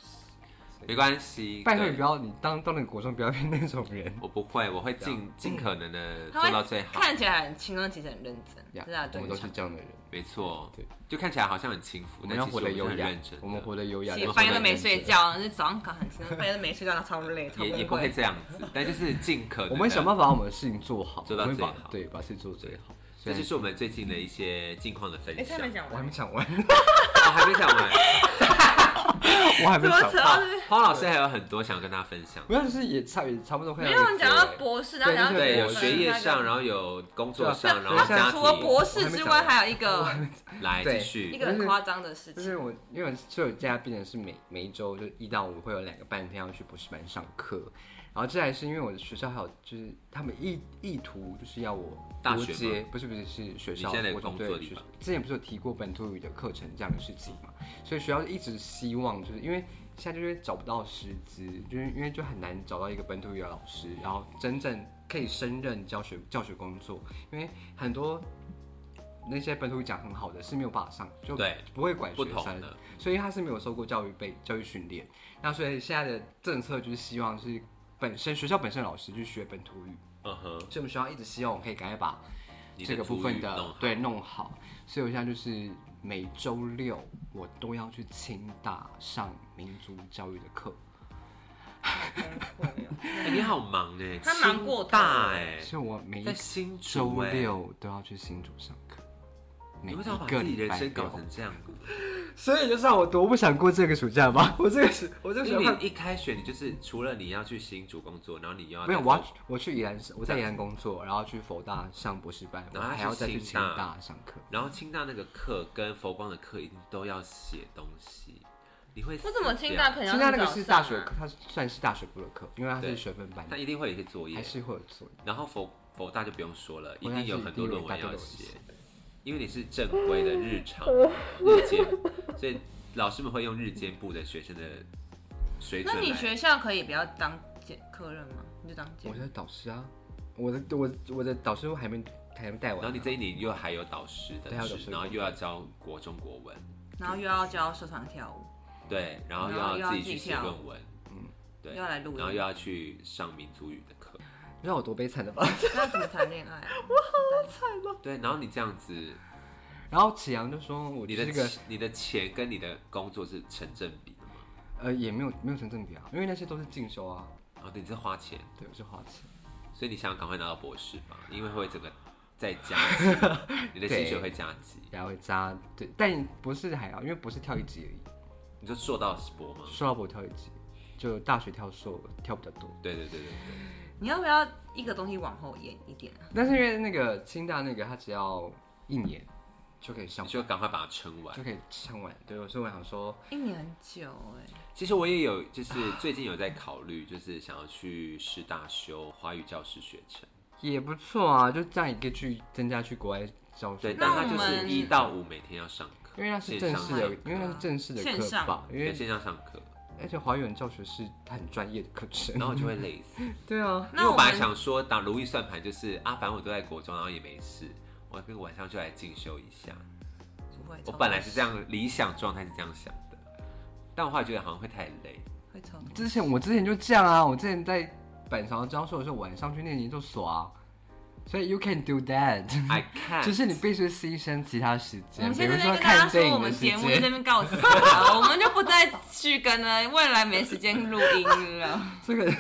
S1: 没关系。
S3: 拜托
S1: 对
S3: 你不要，你当当那个国中不要变那种人。
S1: 我不会，我
S3: 啊
S1: 会尽
S3: 嗯
S1: 尽可能的
S2: 他
S1: 做
S2: 会
S1: 到最好。
S2: 看起来很轻松，其实很认真，
S3: 呀
S2: 知道
S3: 我
S2: 啊对
S3: 们都是这样的人，
S1: 没错
S3: 对，
S1: 就看起来好像很轻浮，
S3: 我们
S1: 但
S3: 要
S1: 其实
S3: 活得
S1: 我
S3: 优
S1: 们是很
S3: 雅
S1: 认真，的
S3: 我们活得优雅，
S2: 写
S1: 我
S2: 半
S1: 们活
S2: 夜都
S1: 得
S2: 没睡。觉，是早上搞很轻松，半夜都没睡觉，然后超累，超
S1: 也也不会
S2: 会。
S1: 这样 子，但就是尽可能。
S3: 我们想办法把我们的事情做好，
S1: 做到
S3: 我们
S1: 最
S3: 把
S1: 好
S3: 对，把事情做最好。
S1: 这就是我们最近的一些近况的分
S2: 哎，他
S1: 享。
S2: 们讲
S3: 我还
S2: 完
S3: 没，讲完，
S1: 我还没讲完，
S3: 我还没
S2: 怎么
S3: 讲
S2: 扯到
S3: 完。
S2: 这边？
S1: 黄老师还有很多想跟大家分享。
S3: 没有，就是也差也差不多快
S2: 没
S3: 要
S2: 有，你
S3: 结束
S2: 讲
S3: 了
S2: 到博士，然后讲到
S1: 对，有
S2: 博士
S1: 学业上， 然。后有工
S3: 啊
S1: 作上，然后家
S2: 那就除了
S1: 庭，
S2: 博士之外，还有一个
S1: 来继
S3: 对
S2: 一
S1: 续。
S2: 个很夸张的事
S3: 就
S2: 情，
S3: 是我，因为我所有家变成是每每一周就一到五会有两个半天要去补习班上课，然后这还是因为我的学校还有就是他们意意图就是要我
S1: 大
S3: 多
S1: 学吗
S3: 接，不是不是是学校
S1: 你现在的
S3: 国中
S1: 工作
S3: 对
S1: 地
S3: 学
S1: 方
S3: 之前不是有提过本土语的课程这样的事情嘛，所以学校一直希望就是因为现在就是找不到师资，就是因为就很难找到一个本土语的老师，然后真正可以胜任教学教学工作，因为很多。那些本土语讲很好的是没有办法上，就
S1: 对
S3: 不会管
S1: 不
S3: 学
S1: 同
S3: 生，
S1: 的，
S3: 所以他是没有受过教育被教育训练。那所以现在的政策就是希望是本身学校本身的老师去学本土语，
S1: 嗯哼，
S3: 所以我们学校一直希望我可以赶快把
S1: 你的
S3: 这个部
S1: 主
S3: 分
S1: 语弄
S3: 的
S1: 好
S3: 对弄好。所以我现在就是每周六我都要去清大上民族教育的课，
S1: 哎你好忙哎，
S2: 他忙过
S1: 清
S2: 头
S1: 大哎，
S3: 所以我每一
S1: 在新
S3: 周
S1: 竹哎，
S3: 六都要去新竹上课。
S1: 你
S3: 每一
S1: 为什么把
S3: 个
S1: 自己
S3: 礼
S1: 人
S3: 拜
S1: 生搞
S3: 六
S1: 成这样？
S3: 所以就知道我多不想过这个暑假吧。我这个暑，我这个暑
S1: 因
S3: 假
S1: 为你一开学，你就是除了你要去新竹工作，然后你又要
S3: 没有，
S1: 啊再
S3: 我要
S1: 走
S3: 去我去宜兰，我在宜兰工作，然后去佛大上博士班，我
S1: 然后
S3: 还
S1: 要
S3: 要
S1: 去
S3: 再去
S1: 清
S3: 清
S1: 大
S3: 大上课。
S1: 然后清大那个课跟佛光的课一定都要写东西，你会死
S2: 我怎么听到
S1: 掉？
S2: 可能要
S3: 现在那个
S2: 早
S3: 是
S2: 上
S3: 大学
S2: 啊，
S3: 它算是大学部的课，因为它
S1: 对
S3: 是学分班
S1: 但，一定会有一些作业
S3: 还，是会有作业，
S1: 然后佛佛大就不用说了，一
S3: 我
S1: 定
S3: 看
S1: 有
S3: 是
S1: 很多
S3: 一定
S1: 论
S3: 有大
S1: 文
S3: 家
S1: 要
S3: 都有
S1: 写
S3: 写，
S1: 因为你是正规的日常日间，所以老师们会用日间部的学生的水准
S2: 那
S1: 来。
S2: 你学校可以不要当兼科任吗？你就当兼
S3: 我。的导师啊，我的我我的导师还没还没带完啊，
S1: 然后你这一年又还有导师的
S3: 对还有导
S1: 职，
S3: 师
S1: 然后又要教国中国文，
S2: 然后又要教社团跳 舞，
S1: 对，然后又
S2: 然后又
S1: 要自己去
S2: 要自己
S1: 写
S2: 跳
S1: 论文，
S2: 又
S3: 嗯
S1: 对，
S2: 要来录
S1: 然后又
S2: 音，
S1: 要去上民族语的课，
S3: 你知道我多悲惨的吧？
S2: 那怎么谈恋爱啊？
S1: 对，然后你这样子，
S3: 然后启阳就说我
S1: 你
S3: 是
S1: 的
S3: 个
S1: 钱你的钱跟你的工作是成正比的吗？
S3: 呃也没有没有成正比啊，因为那些都是进修啊，
S1: 然后哦你是花钱，
S3: 对，我是花钱。
S1: 所以你想要赶快拿到博士吧，因为会整个再 加急，你的薪水
S3: 对
S1: 会加急。
S3: 然后扎对，但不是还好，因为不是跳一级而已，
S1: 你就硕到博吗？
S3: 硕到博跳一级，就大学跳硕跳比较多。
S1: 对对对对对，
S2: 你要不要一个东西往后延一点啊？
S3: 但是因为那个清大那个，他只要一年就可以上
S1: 你，就赶快把它撑完
S3: 就。可以上完。对，所以我想说，
S2: 一年很久哎、
S1: 其实我也有，就是最近有在考虑，就是想要去师大修华语教师学程。
S3: 也不错啊，就这样也可以去增加去国外教学。
S1: 对，
S2: 那
S1: 但
S2: 我
S1: 它
S2: 们
S1: 就是一到五每天要上课，
S3: 因为那是正式
S1: 线上上，
S3: 的
S2: 啊
S3: 因为那是正式的课吧，因
S1: 对
S3: 为
S1: 线上上课，
S3: 而且华语文教学是很专业的课程
S1: 然。后我就会累死。
S3: 对啊，
S1: 因为
S2: 那
S1: 我
S2: 我
S1: 本来
S2: 们
S1: 想说打如意算盘，就是啊，反正我都在国中，然后也没事，我跟晚上就来进修一下。
S3: 嗯
S2: 不会，
S1: 我本来是这样，理想状态是这样想的，但我后来觉得好像会太 累。
S2: 会超过
S3: 之前我之前就这样啊，我之前在板桥教授的时候，晚上去念研究所啊，所以 you can do that。
S1: I can，
S3: 就是你必须牺牲其他时
S2: 我
S3: 间，
S2: 们
S3: 比
S2: 现
S3: 如
S2: 在在
S3: 说
S2: 跟大家
S3: 看电影
S2: 说，我
S3: 的
S2: 们
S3: 时
S2: 节目在那
S3: 间。
S2: 边告 辞了，我们就不再续更了，未来没时间录 音了。
S3: 这个，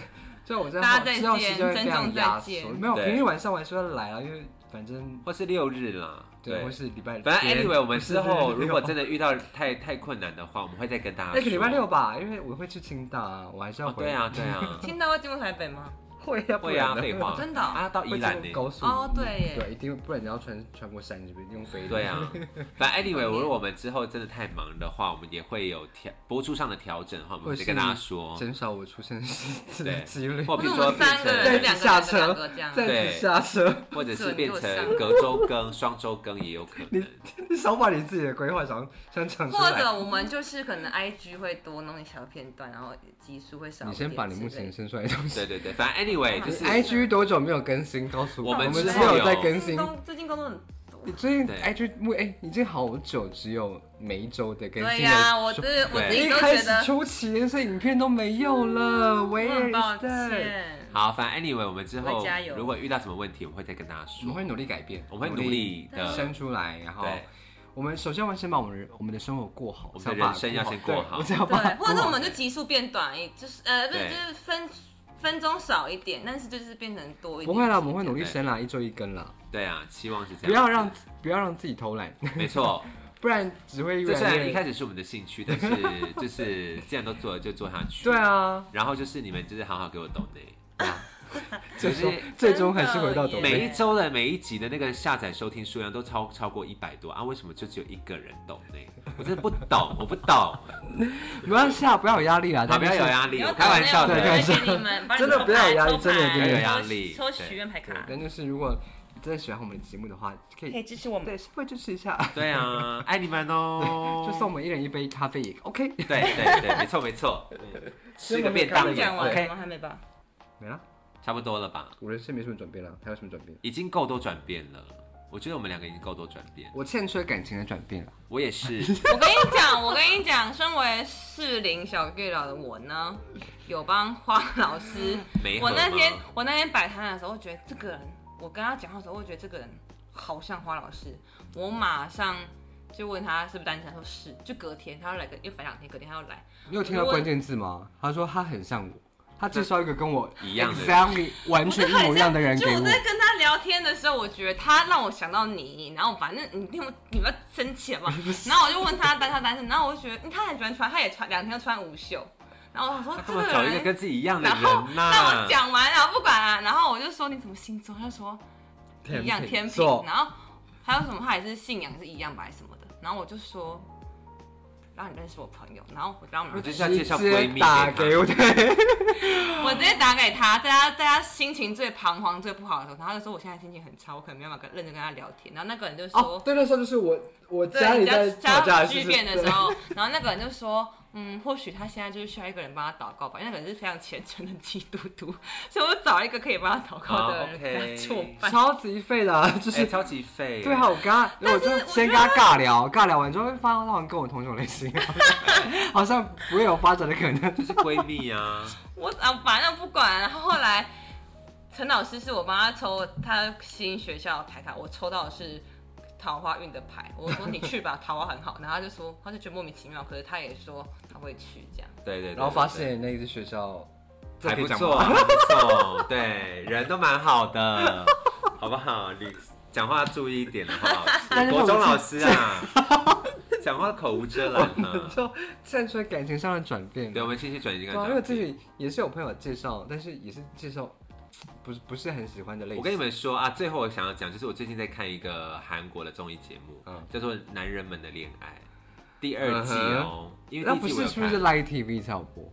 S3: 就我这
S2: 大
S3: 样
S2: 家再见
S3: 这种时间会非常压
S2: 珍重
S3: 缩。
S2: 再见
S3: 没有，
S1: 对
S3: 平日晚上我还是会来啊，因为反正
S1: 或是六日啦，
S3: 对，或是礼拜
S1: 反正 anyway，我们之后如果真
S3: 的
S1: 的遇到太太困难的话，我们会再跟大家说。
S3: 那哦哎个礼拜六吧，因为我会去清大啊，我还是要
S1: 哦，
S3: 回。
S1: 对，啊，对啊，
S2: 听到会经过台北吗？
S3: 会啊， 不
S1: 会
S3: 然
S1: 啊，
S3: 呢
S1: 废话，
S2: 真的哦
S1: 啊，到宜兰
S3: 会经
S1: 呢。
S3: 过高速
S2: 哦对耶
S3: 对，一定不然你要穿穿过山，这边用飞的。
S1: 对，啊，反正 anyway，如果我们之后真的太忙的话，我们也会有调播出上的调整的话，我们
S3: 或
S1: 再
S3: 是
S1: 跟大家说。
S3: 减少我出现的次
S1: 对
S3: 几率，
S1: 或
S2: 不
S1: 比
S2: 是
S1: 如说
S2: 我们
S1: 变
S2: 三个
S3: 再
S2: 人，
S1: 成，
S2: 两
S3: 下
S2: 个
S3: 车
S2: 人，两个这样。
S1: 对
S3: 再次下车。
S1: 或者是
S2: 准
S1: 变
S2: 就
S1: 成
S2: 上
S1: 隔周更、双周更也有可能。
S3: 你少把你自己的规划想想讲出
S2: 或
S3: 来。
S2: 者我们就是可能 IG 会多弄一小片段，然后集数会少一
S3: 你
S2: 点
S3: 先把你目
S2: 之类
S3: 前
S2: 的
S3: 生出来的东西。
S1: 对对对，反 正 anyway 就
S3: 你
S1: 是
S3: IG 多久没有更新？告诉
S1: 我
S3: 我
S1: 们
S3: 们
S1: 之
S3: 只
S1: 后有
S3: 有在更新。
S2: 工最近工作很多。
S3: 你最近
S1: 对
S3: IG 目哎、已经好久只有每一周的更
S2: 对
S3: 新
S2: 呀、
S3: 了。
S2: 我这我
S1: 对
S2: 自己
S3: 一
S2: 都
S3: 开
S2: 觉
S3: 始
S2: 得
S3: 初期连些影片都没有了，
S2: 我
S3: 喂，
S2: 很抱歉。
S1: 好，反正 anyway，我们之后
S2: 会加油
S1: 如果遇到什么问题，我们会再跟大家
S3: 我
S1: 说。
S3: 们会努力改变，
S1: 我们会努力的
S3: 生出来，然后
S1: 对，
S3: 我们首先我们先把我们人我们的生活过好，
S1: 我们
S3: 才
S1: 的
S3: 有办
S1: 人
S3: 法
S1: 生要先过好
S3: 对我才有办法
S2: 对，或
S3: 过好
S2: 者是我们就集数变短一，就是呃，不是
S1: 对
S2: 就是分分钟少一点，但是就是变成多一点。
S3: 不会啦，我们会努力
S1: 对
S3: 生啦，一周一更啦，
S1: 对啊，期望是这样。
S3: 不要让，不要让自己偷懒，
S1: 没错。
S3: 不然 只会
S1: 这
S3: 越
S1: 虽
S3: 来
S1: 然一
S3: 越
S1: 开始是我们的兴趣，但是就是既然都做了，就做下去。
S3: 对。啊，
S1: 然后就是你们就是好好给我抖内，
S3: 最
S1: 就是
S3: 终最终还是回到
S2: 真的
S3: 抖
S2: 耶
S3: 内
S1: 每一周的每一集的那个下载收听数量都超超过一百多啊，为什么就只有一个人抖内？我真的不懂，我不懂。
S3: 没关系啊，不要有压力啦，
S1: 好，
S3: 但
S1: 不
S3: 是
S1: 要有压
S2: 不
S1: 力，
S2: 要哦
S1: 我
S2: 搞
S1: 开玩笑
S2: 那
S1: 的。
S2: 种
S3: 对开玩
S2: 谢谢你们，帮你
S3: 真的
S2: 抽
S3: 不要有
S2: 牌
S3: 压力
S2: 抽
S3: 真的
S2: 牌
S3: 不
S1: 要有压力
S2: 抽
S1: 对
S2: 许愿牌卡，
S3: 但就是如果你真的喜欢我们的节目的话，可
S1: 嗯
S2: 可以
S3: 以
S2: 支持我们。
S3: 对，稍微支持一下，
S1: 对啊，爱你们哦。
S3: 就送我们一人一杯咖啡也 OK。
S1: 对对对，没错没错，吃个便当
S3: 对
S1: 也
S2: 讲完了
S1: OK，
S2: 吗？还没吧？
S3: 没了，
S1: 差不多了吧？
S3: 我人生没什么转变了，还有什么转变？
S1: 已经够多转变了，我觉得我们两个已经够多转变。
S3: 我欠缺感情的转变了，
S1: 我也是，
S2: 我跟你讲，我跟你讲，身为适龄小月老的我呢，有帮花老师。
S1: 没合
S2: 我
S1: 吗
S2: 那天我那天摆摊的时候，我觉得这个人，我跟他讲话的时候，我觉得这个人好像花老师。我马上就问他是不是单身，他说是。就隔天他要来个，又摆两天，隔天他要来。
S3: 你有听到
S2: 我
S3: 关键字吗？他说他很像我，他介绍一个跟我
S1: 一样的
S3: exactly 完
S2: 我
S3: 全
S2: 就
S3: 一
S2: 很
S3: 模一样的人
S2: 就
S3: 给
S2: 我
S3: 我。
S2: 在跟他聊天的时候，我觉得他让我想到你，然后反正你听我，你不要生气嘛。然后我就问他单他单身，然后我就觉得嗯他很喜欢穿，他也穿两天都穿无袖。然后我想说
S1: 他
S2: 这
S1: 干嘛
S2: 个人
S1: 找一个跟自己一样的
S2: 然后
S1: 人呐、哎
S2: 那我讲完了，不管了、然后我就说你怎么星座？他就说一样天平
S3: 座，
S2: 然后还有什么？他也是信仰是一样吧，还是什么的。然后我就说，让你认识我朋友，然后我让我
S1: 我
S2: 们
S1: 就是
S2: 认
S1: 要
S2: 识，
S1: 介绍
S3: 直接
S1: 闺蜜
S3: 打
S1: 给
S3: 给我， 对，
S2: 我直接打给他，在他在他心情最彷徨、最不好的时候，然后他就说我现在心情很差，我可能没办法跟认真跟他聊天。然后那个人就说，
S3: 哦，对，那时候就是我我
S2: 对，
S3: 家里在吵
S2: 家
S3: 架，
S2: 家
S3: 是
S2: 巨
S3: 不
S2: 变的
S3: 是
S2: 时？候，然后那个人就说，嗯，或许他现在就是需要一个人帮他祷告吧，因为那个人是非常虔诚的基督徒，所以我找一个可以帮他祷告的人
S1: 哦
S2: 来
S1: ，OK
S2: 做
S3: 对
S2: 伴。
S3: 超级废的啊，就
S1: 哎、
S3: 是
S1: 超级废，
S3: 对啊，我跟他，我就先跟他尬聊，尬聊完之后发现他好像跟我同一种类型， 好像不会有发展的 可能。
S1: 就是闺蜜啊，
S2: 我啊，反正不管。然后后来，陈老师是我帮他抽他新学校的牌卡，我抽到的是桃花运的牌。我说你去吧，桃花很好。然后他就说，他就觉得莫名其妙，可是他也说他会去这样。
S1: 对对对
S3: 然后发
S1: 对
S3: 现那一只学校这
S1: 还
S3: 可以
S1: 不
S3: 讲
S1: 错，
S3: 吗
S1: 还不错，对，人都蛮好的，好不好？你讲话注意一点好不 好？
S3: 但是
S1: 国
S3: 我
S1: 中
S3: 是
S1: 老师啊， 讲话口无遮拦啊。
S3: 就站出来感情上的转变。
S1: 对，我们先去转移
S3: 对
S1: 感
S3: 啊，因为自
S1: 情。
S3: 己也是有朋友介绍，但是也是介绍不是不是很喜欢的类型。
S1: 我跟你们说啊，最后我想要讲，就是我最近在看一个韩国的综艺节目，
S3: 嗯
S1: 叫做《男人们的恋爱》第二季哦。因为
S3: 那
S1: 第
S3: 不
S1: 一季我
S3: 是
S1: 有
S3: 是不是
S1: 看，
S3: Light TV 才有播？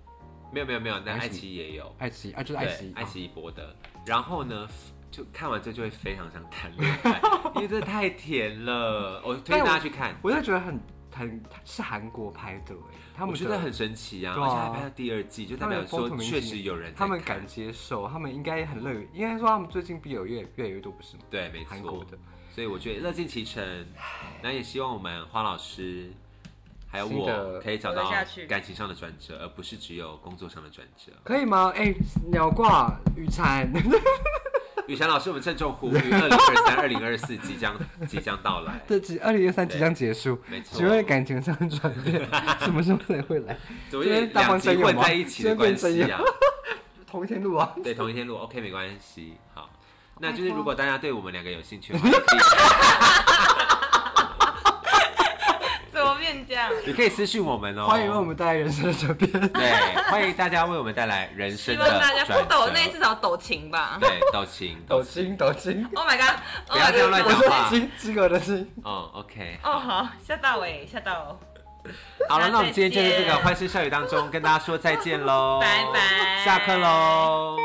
S1: 没有没有没有，但
S3: 爱
S1: 爱
S3: 奇
S1: 奇艺也有，
S3: 爱奇艺啊，就是
S1: 对，
S3: 爱奇艺，嗯
S1: 爱奇艺播的。然后呢，就看完之后就会非常想谈恋 爱，因为真的太甜了。我推荐大家去看。
S3: 我就觉得很很是韩国拍的哎，他们
S1: 我觉得很神奇啊，
S3: 对
S1: 而
S3: 啊
S1: 且还拍到第二季，就代
S3: 他们
S1: 表
S3: 的风
S1: 说
S3: 土民
S1: 确
S3: 情
S1: 实有人在
S3: 他们
S1: 看
S3: 敢接受，他们应该很乐于，应该说他们最近比有越越来越多不是吗？
S1: 对，没
S3: 韩国
S1: 错，
S3: 的
S1: 所以我觉得乐见其成。那也希望我们花老师还有
S3: 新
S1: 我
S3: 的
S1: 可以找
S2: 活得
S1: 到
S2: 下去
S1: 感情上的转折，而不是只有工作上的转折。
S3: 可以吗？哎、鸟挂雨蝉，
S1: 雨翔老师，我们郑重呼吁，二零二三、二零二四即将即将到来，
S3: 这集二零二三即将结束。
S1: 没错
S3: 请。问感情上的转 变什么时候才会来？
S1: 怎么有点
S3: 今天大
S1: 两
S3: 放
S1: 集
S3: 声有
S1: 混
S3: 吗
S1: 在一起的
S3: 今天变
S1: 关系啊？
S3: 同一天录 啊！
S1: 对，同一天录，OK，没关系。好，那
S2: 拜
S1: 就是
S2: 托
S1: 如果大家对我们两个有兴趣的 话，也可以
S2: 怎么变这样？
S1: 也可以私信我们哦。
S3: 欢迎为我们带来人生的转变。
S1: 对，欢迎大家为我们带来人生
S2: 希
S1: 的
S2: 望大家
S1: 转
S2: 不抖
S1: 折
S2: 内至少抖情吧。
S1: 对，道情，道
S3: 抖
S1: 情。
S3: 金抖金，
S2: Oh my god！
S1: 不要这样乱
S3: 我
S1: 讲
S3: 说
S1: 话
S3: 金金额的金，
S1: 嗯，OK，
S2: 哦，好，吓到我欸，吓到我。
S1: 好了，
S2: 那
S1: 那我们今天就在这
S2: 再
S1: 个
S2: 见
S1: 欢声笑语当中跟大家说再见喽，
S2: 拜拜
S1: 下课喽。